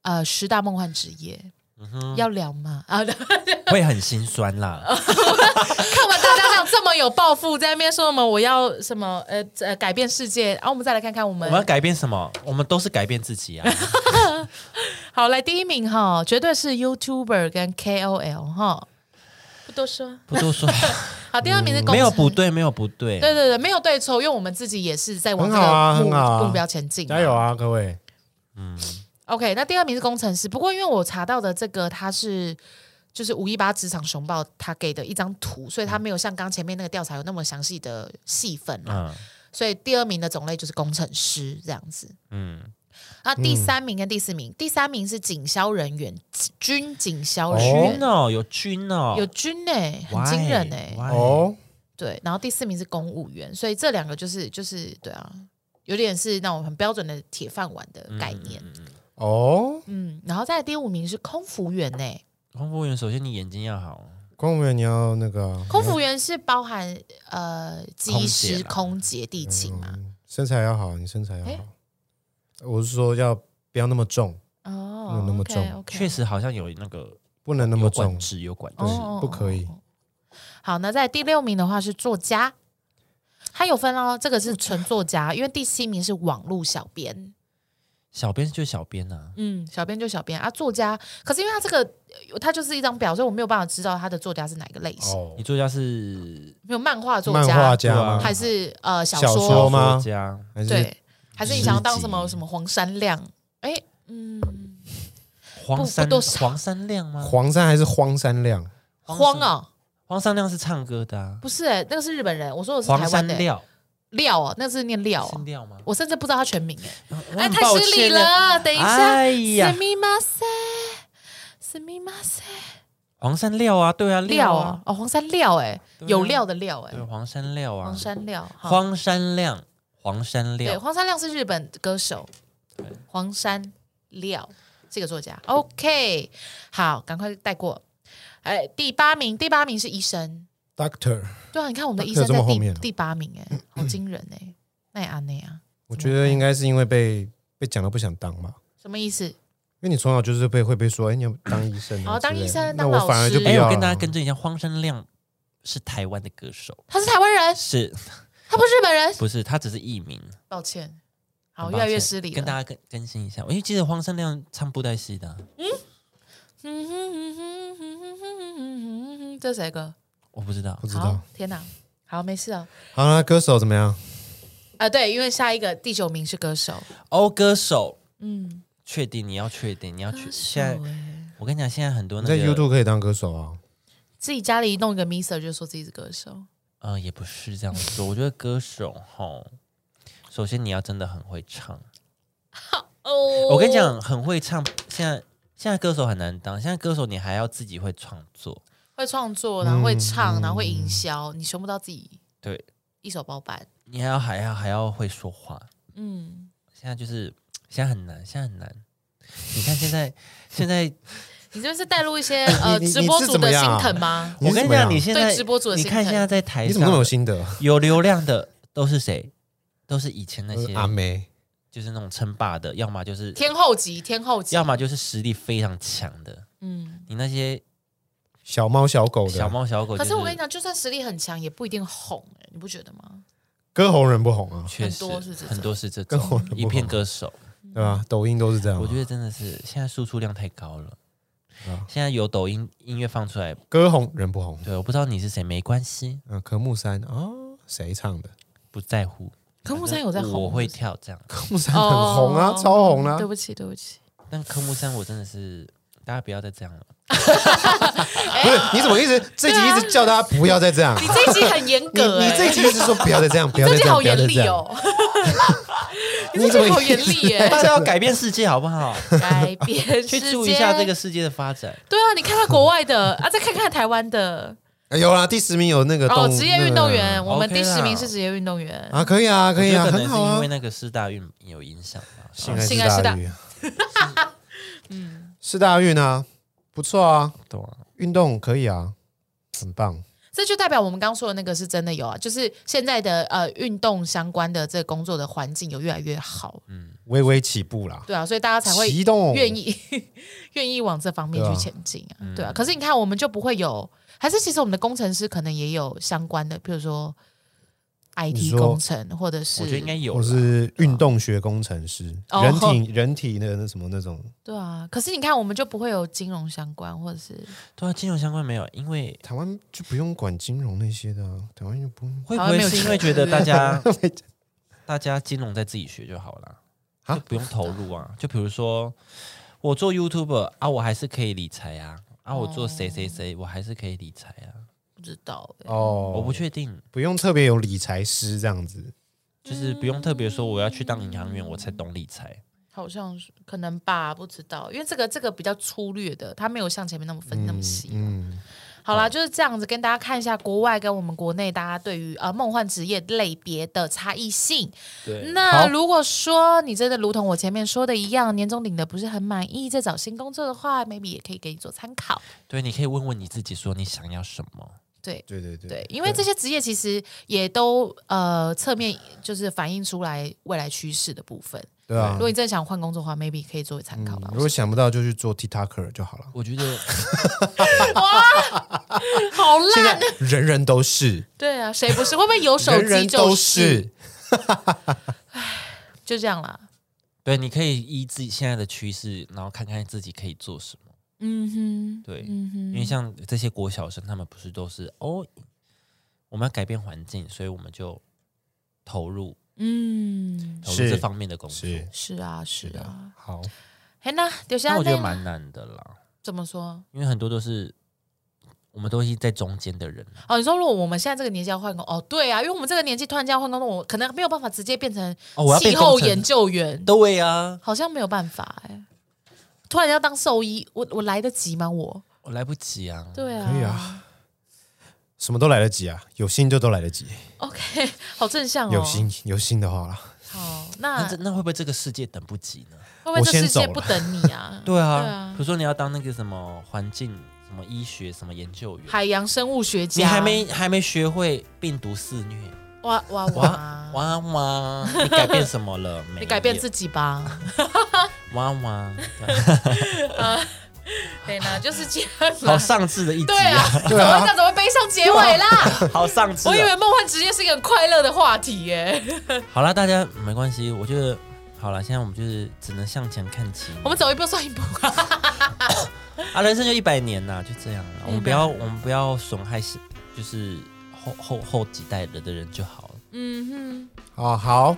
S2: 呃，十大梦幻职业。
S1: 嗯
S2: 要聊吗？ 啊，
S1: 会很心酸 啦。
S2: 哦看我们大家这样这么有抱负，在那边说什么我要什么呃呃改变世界，然、后我们再来看看我
S1: 我
S2: 们
S1: 们要改变什么？我们都是改变自己 啊。
S2: 好来第一名哈，绝对是 YouTuber 跟 KOL 哈，不多说。
S1: 不多说，
S2: 好，第二名是工
S1: 没有
S2: 程
S1: 不对，没有不对。
S2: 对对对，没有对错，因为我们自己也是在往这
S3: 很好啊
S2: 个目、
S3: 很好啊
S2: 目标前进、
S3: 加油！啊，各位！
S2: OK，那第二名是工程师，不过因为我查到的这个他是就是五一八职场熊抱他给的一张图，所以他没有像刚前面那个调查有那么详细的细分啦，
S1: 嗯
S2: 所以第二名的种类就是工程师这样子。
S1: 嗯，
S2: 啊，第三名跟第四名，第三名是警消人员，军警消人员、
S1: 军哦，有军哦，
S2: 有军呢、很惊人欸呢、
S1: 哦，
S3: 哦，
S2: 对，然后第四名是公务员，所以这两个就是就是对啊，有点是那种很标准的铁饭碗的概念。嗯
S3: 哦，
S1: 嗯
S2: 然后再来第五名是空服员呢、
S1: 空服员首先你眼睛要好，
S3: 公务员你要那个啊
S2: 空服员是包含呃机
S1: 空
S2: 师、
S1: 姐啦
S2: 空姐、地勤嘛。
S3: 身材要好，你身材要
S2: 哎
S3: 好。我是说要不要那么重，没
S2: 哦
S3: 有，那么
S2: OK
S3: 重
S2: OK，
S1: 嗯确实好像有那个
S3: 不能那么
S1: 有管
S3: 重。
S1: 制，有管制
S2: 哦，哦
S3: 不可以。
S2: 哦哦好，那在第六名的话是作家，他有分哦，这个是纯作家，因为第七名是网络小编。
S1: 小编就小编呐。
S2: 嗯，小编就小编啊，作家。可是因为他这个，呃他就是一张表，所以我没有办法知道他的作家是哪个类型，
S3: 哦
S1: 你，作家是
S2: 没有漫画作
S3: 漫画
S2: 家，
S3: 家
S1: 对啊
S3: 吗？
S2: 还是呃小
S3: 小
S1: 小
S3: 说
S2: 说？
S3: 吗
S1: 作家，
S3: 还是
S2: 对，还是你想要当什么
S1: 诗集
S2: 什么黄山亮？哎，嗯，
S1: 黄山
S2: 不多少
S1: 黄山亮
S2: 啊
S1: 吗？
S3: 黄山还是荒山亮？
S2: 荒哦，
S1: 黄山亮是唱歌的啊，
S2: 不是哎，那个是日本人，我说我是
S1: 黄
S2: 台
S1: 山
S2: 湾的哎
S1: 料
S2: 料哦，那个是念料
S1: 是
S2: 哦，
S1: 料吗？
S2: 我甚至不知道他全名哎，
S1: 我
S2: 哎，
S1: 很
S2: 太
S1: 抱
S2: 失礼
S1: 歉了。
S2: 了，等一下，
S1: 哎呀
S2: す，みません，すみません，
S1: 黄山料啊，对啊，
S2: 料哦
S1: 啊，，
S2: 哦黄山料哎，
S1: 对啊
S2: 有料的料哎
S1: 对，，黄山料啊，
S2: 黄山料，好
S1: 荒山亮，黄山
S2: 对，
S1: 料，
S2: 黄山亮是日本歌手，黄山料这个作家。OK，好，赶快带过。哎，第八名，第八名是医生。
S3: Doctor，
S2: 对啊，你看我们的医
S3: 这
S2: 生
S3: 有这
S2: 在
S3: 么后
S2: 第
S3: 面啊
S2: 第八名、哎，好惊人哎、那也安内啊，
S3: 我觉得应该是因为被被讲到不想当吧。
S2: 什么意思？
S3: 为你从小就是被会被说，哎，你要当医生啊
S2: 哦
S3: 之类的，
S2: 当医生
S3: 那
S2: 当老
S3: 我反而就
S2: 师
S3: 不
S1: 哎、
S3: 要
S1: 我
S3: 了。
S1: 跟大家更正一下，荒山亮是台湾的歌手，
S2: 他是台湾人，
S1: 是
S2: 他不是日本人。
S1: 不是？他只是艺名。
S2: 抱歉，好，
S1: 很
S2: 哦
S1: 抱
S2: 越来越
S1: 歉
S2: 失礼
S1: 跟大
S2: 了。
S1: 家更更新一下，我因为记得荒山亮唱布袋戏的啊、
S2: 嗯哼嗯哼嗯哼嗯哼嗯哼嗯哼这是谁的歌？
S1: 我不知道
S3: 不。知
S2: 好
S3: 道。，
S2: 天哪，好，没事哦。
S3: 好那歌手怎么样？
S2: 啊，对，因为下一个第九名是歌手，
S1: 哦，歌手，
S2: 嗯，
S1: 确定你要确定你要确，
S2: 歌手
S1: 现在
S2: 欸
S1: 我跟你讲，现在很多
S3: 你
S1: 那
S3: 在
S1: 个
S3: YouTube 可以当歌手啊，
S2: 自己家里弄一个 mister 就说自己是歌手，
S1: 呃，也不是这样说。我觉得歌手哈，首先你要真的很会唱。
S2: 哦
S1: 我跟你，讲，很会唱。现在现在歌手很难当，现在歌手你还要自己会创作。
S2: 会创作，然后会
S3: 嗯
S2: 唱，然后会营销，你全部都要自己
S1: 对，
S2: 一手包办。
S1: 你还要还要还要会说话。
S2: 嗯，
S1: 现在就是现在很难，现在很难。你看现 在现在，
S2: 你这边是带入一些呃
S3: 你你
S2: 直播
S3: 你是
S2: 主
S3: 怎
S2: 的
S3: 么样
S2: 心
S3: 啊
S2: 疼吗？
S3: 你
S1: 我
S3: 是
S1: 跟你
S3: 怎么
S1: 讲，
S3: 样
S1: 你现在
S2: 对直播主的
S1: 你
S2: 心
S1: 看
S2: 疼
S1: 现在在台
S3: 你怎么那么
S1: 上
S3: 有心得？
S1: 有流量的都是谁？都是以前那些
S3: 呃阿梅，
S1: 就是那种称霸的，要么就是
S2: 天后级，天后级
S1: 要，么就是实力非常强的。
S2: 嗯。
S1: 你那些
S3: 小猫小狗的
S1: 小猫小狗，
S2: 可是我跟你，讲，就算实力很强，也不一定红、欸，你不觉得吗？
S3: 歌喉人不红啊，
S1: 确
S2: 很
S1: 实
S2: 多是这种
S1: 很多是这
S3: 跟我
S1: 种
S3: 的不
S1: 一片
S3: 好
S1: 歌手，
S2: 嗯
S3: 对吧？抖音都是这样啊。
S1: 我觉得真的是现在输出量太高了
S3: 啊。
S1: 现在有抖音音乐放出来，
S3: 歌红人不红，
S1: 对，我不知道你是谁，没关系，
S3: 嗯，科目三啊，谁唱的？
S1: 不在乎。
S2: 科目三有在
S1: 反
S2: 红，
S1: 正我会
S2: 是不是
S1: 跳这样，
S3: 科目三很红啊，
S2: 哦
S3: 超红啊
S2: 对。不起，对不起，
S1: 但科目三我真的是，大家不要再这样了。
S3: 不是，你怎么一直这集一直叫大家不要再这样？
S2: 啊 你这一集很严
S3: 你
S2: 格、
S3: 你
S2: 欸，
S3: 这集一直说不要 再这样，不要
S2: 这一
S3: 再这
S2: 集
S3: 样，
S2: 好
S3: 不要
S2: 严
S3: 再这
S2: 厉
S3: 样。
S2: 哦，
S3: 你
S2: 这
S3: 怎
S2: 一
S3: 么
S2: 集好
S3: 一
S2: 严
S3: 直
S2: 厉耶、
S1: 大家要改变世界好不好？
S2: 改 变
S1: 去
S2: 世
S1: 注意一下
S2: 界
S1: 这个世界的发展。
S2: 对啊，你看看国外的啊，再看看台湾的
S3: 哎有啦，第十名有那个
S2: 哦，
S3: 动
S2: 职业运动员，
S3: 那
S2: 我们
S1: 嗯 OK
S2: 第十名
S1: 啦
S2: 是职业运动员
S3: 个啊，可以啊，可以啊，
S1: 我觉得可
S3: 很
S1: 能是
S3: 好啊
S1: 因为。那个四大运有影响吧。啊
S3: 性
S2: 性
S3: 爱
S2: 爱
S3: 是
S2: 哦是
S3: 大
S2: 大
S3: 运， 嗯，是大运啊，不错啊，
S1: 对啊，
S3: 运动可以啊，很棒。
S2: 这就代表我们刚刚说的那个是真的有啊，就是现在的呃运动相关的这个工作的环境有越来越好，
S1: 嗯
S3: 微微起步啦，
S2: 对啊，所以大家才会
S3: 启动
S2: 愿意 愿意往这方面
S3: 对
S2: 去
S3: 啊
S2: 前进啊，对
S1: 嗯
S2: 啊。可是你看，我们就不会有，还是其实我们的工程师可能也有相关的，比如说
S3: 你
S2: IT
S3: 说
S2: 工程，或者是
S1: 我觉得应该有
S3: 我
S1: 啦。
S3: 是运动学工程师，
S2: 哦
S3: 人体人体的那什么那种，
S2: 对啊。可是你看，我们就不会有金融相关，或者是
S1: 对啊，金融相关没有，因为
S3: 台湾就不用管金融那些的啊，台湾就不用。
S1: 会不
S2: 好像
S1: 会
S2: 没有
S1: 是因
S2: 钱
S1: 为觉得大家
S3: 没
S1: 大家金融在自己学就好了，
S3: 啊
S1: 就不用投入啊。就比如说我做 YouTuber 啊，我还是可以理财啊，啊，我做谁谁
S2: 哦
S1: 谁，我还是可以理财啊。
S2: 不知道、欸、
S3: 哦，
S1: 我不确定，
S3: 不用特别有理财师这样子，
S1: 就是不用特别说我要去当银行员我才懂理财。
S2: 好像是可能吧，不知道，因为这个这个比较粗略的，它没有像前面那么分那么细。
S3: 嗯，
S2: 好啦，就是这样子跟大家看一下国外跟我们国内大家对于呃梦幻职业类别的差异性。
S1: 对，
S2: 那
S3: 好
S2: 如果说你真的如同我前面说的一样，年终领的不是很满意，在找新工作的话，maybe 也可以给你做参考。
S1: 对，你可以问问你自己，说你想要什么。
S2: 对
S3: 对对对
S2: 对，因为这些职业其实也都呃侧面就是反映出来未来趋势的部分。
S3: 对啊
S2: 如。果你真的想换工作的话，maybe 可以作为参考吧。
S3: 嗯如果想不到就去做 TikToker 就好了，
S1: 我觉 得
S2: 好
S3: 现
S2: 烂哦
S3: 在，人人 都是，
S2: 对啊，谁不是？会不会有手
S3: 人
S2: 机
S3: 人
S2: 就
S3: 都
S2: 是？
S3: 是，
S2: 就这样啦。
S1: 对，你可以依自己现在的趋势，然后看看自己可以做什么。
S2: 嗯哼，
S1: 对，
S2: 嗯
S1: 因
S2: 哼，
S1: 为像这些国小生，他们不是都是哦，我们要改变环境，所以我们就投入
S2: 嗯，
S1: 投入
S3: 是
S1: 哦这方面的工作。
S3: 是
S2: 是啊，是啊。
S3: 好，
S2: 嘿，那有些
S1: 但我觉得
S2: 那
S1: 蛮难的啦，
S2: 怎么说？
S1: 因为很多都是我们都是在中间的人，啊
S2: 哦，你说如果我们现在这个年纪要换工，哦，对啊，因为我们这个年纪突然间要换工作，我可能没有办法直接变成
S1: 哦我要变
S2: 气候
S1: 工程
S2: 研究员，
S1: 对啊，
S2: 好像没有办法哎、突然要当兽医，我我来得及吗？我
S1: 我来不及啊。
S2: 对啊，
S3: 可以啊什么都来得及啊，有心就都来得及，
S2: ，OK，好 正向哦，
S3: 有心有心的话啦，
S2: 好，那
S1: 那这那会不会这个世界等不及呢？
S2: 会不会
S3: 我
S2: 这
S3: 先
S2: 世界
S3: 走了
S2: 不等你啊？
S1: 对啊，
S2: 对啊
S1: 比如说你要当那个什么环境、什么医学、什么研究员，
S2: 海洋生物学
S1: 你
S2: 家，
S1: 还没还没学会病毒肆虐，
S2: 哇哇哇
S1: 哇哇哇，你改变什么了？没有
S2: 你改变自己吧。
S1: 妈妈，
S2: 对呢， 就是这样
S1: 好
S2: 啦。
S1: 上智的一集
S2: 对啊，
S1: 啊，
S2: 怎么会这样？怎么会悲伤结尾啦？
S1: 好上智啊。
S2: 我以为梦幻职业是一个很快乐的话题耶。
S1: 好啦，大家没关系，我觉得好了，现在我们就是只能向前看齐。
S2: 我们走一步算一步 啊。
S1: 啊，人生就一百年呐，就这样了。我们不要，我们不要损害是就是后后后几代人的人就好了。
S2: 嗯
S3: 哦，好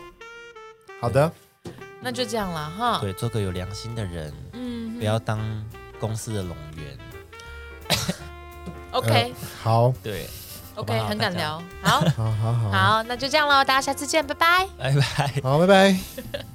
S3: 好的，
S2: 哼，那就这样啦哈。
S1: 对，做个有良心的人，
S2: 嗯
S1: 不要当公司的龙源。
S2: ，OK
S3: 呃好，
S1: 对，好不
S2: OK，
S1: 好
S2: 很敢
S1: 大家
S2: 聊。好
S3: 好好好，
S2: 好，那就这样喽，大家下次见，拜拜。
S1: 拜拜。
S3: 好，拜拜。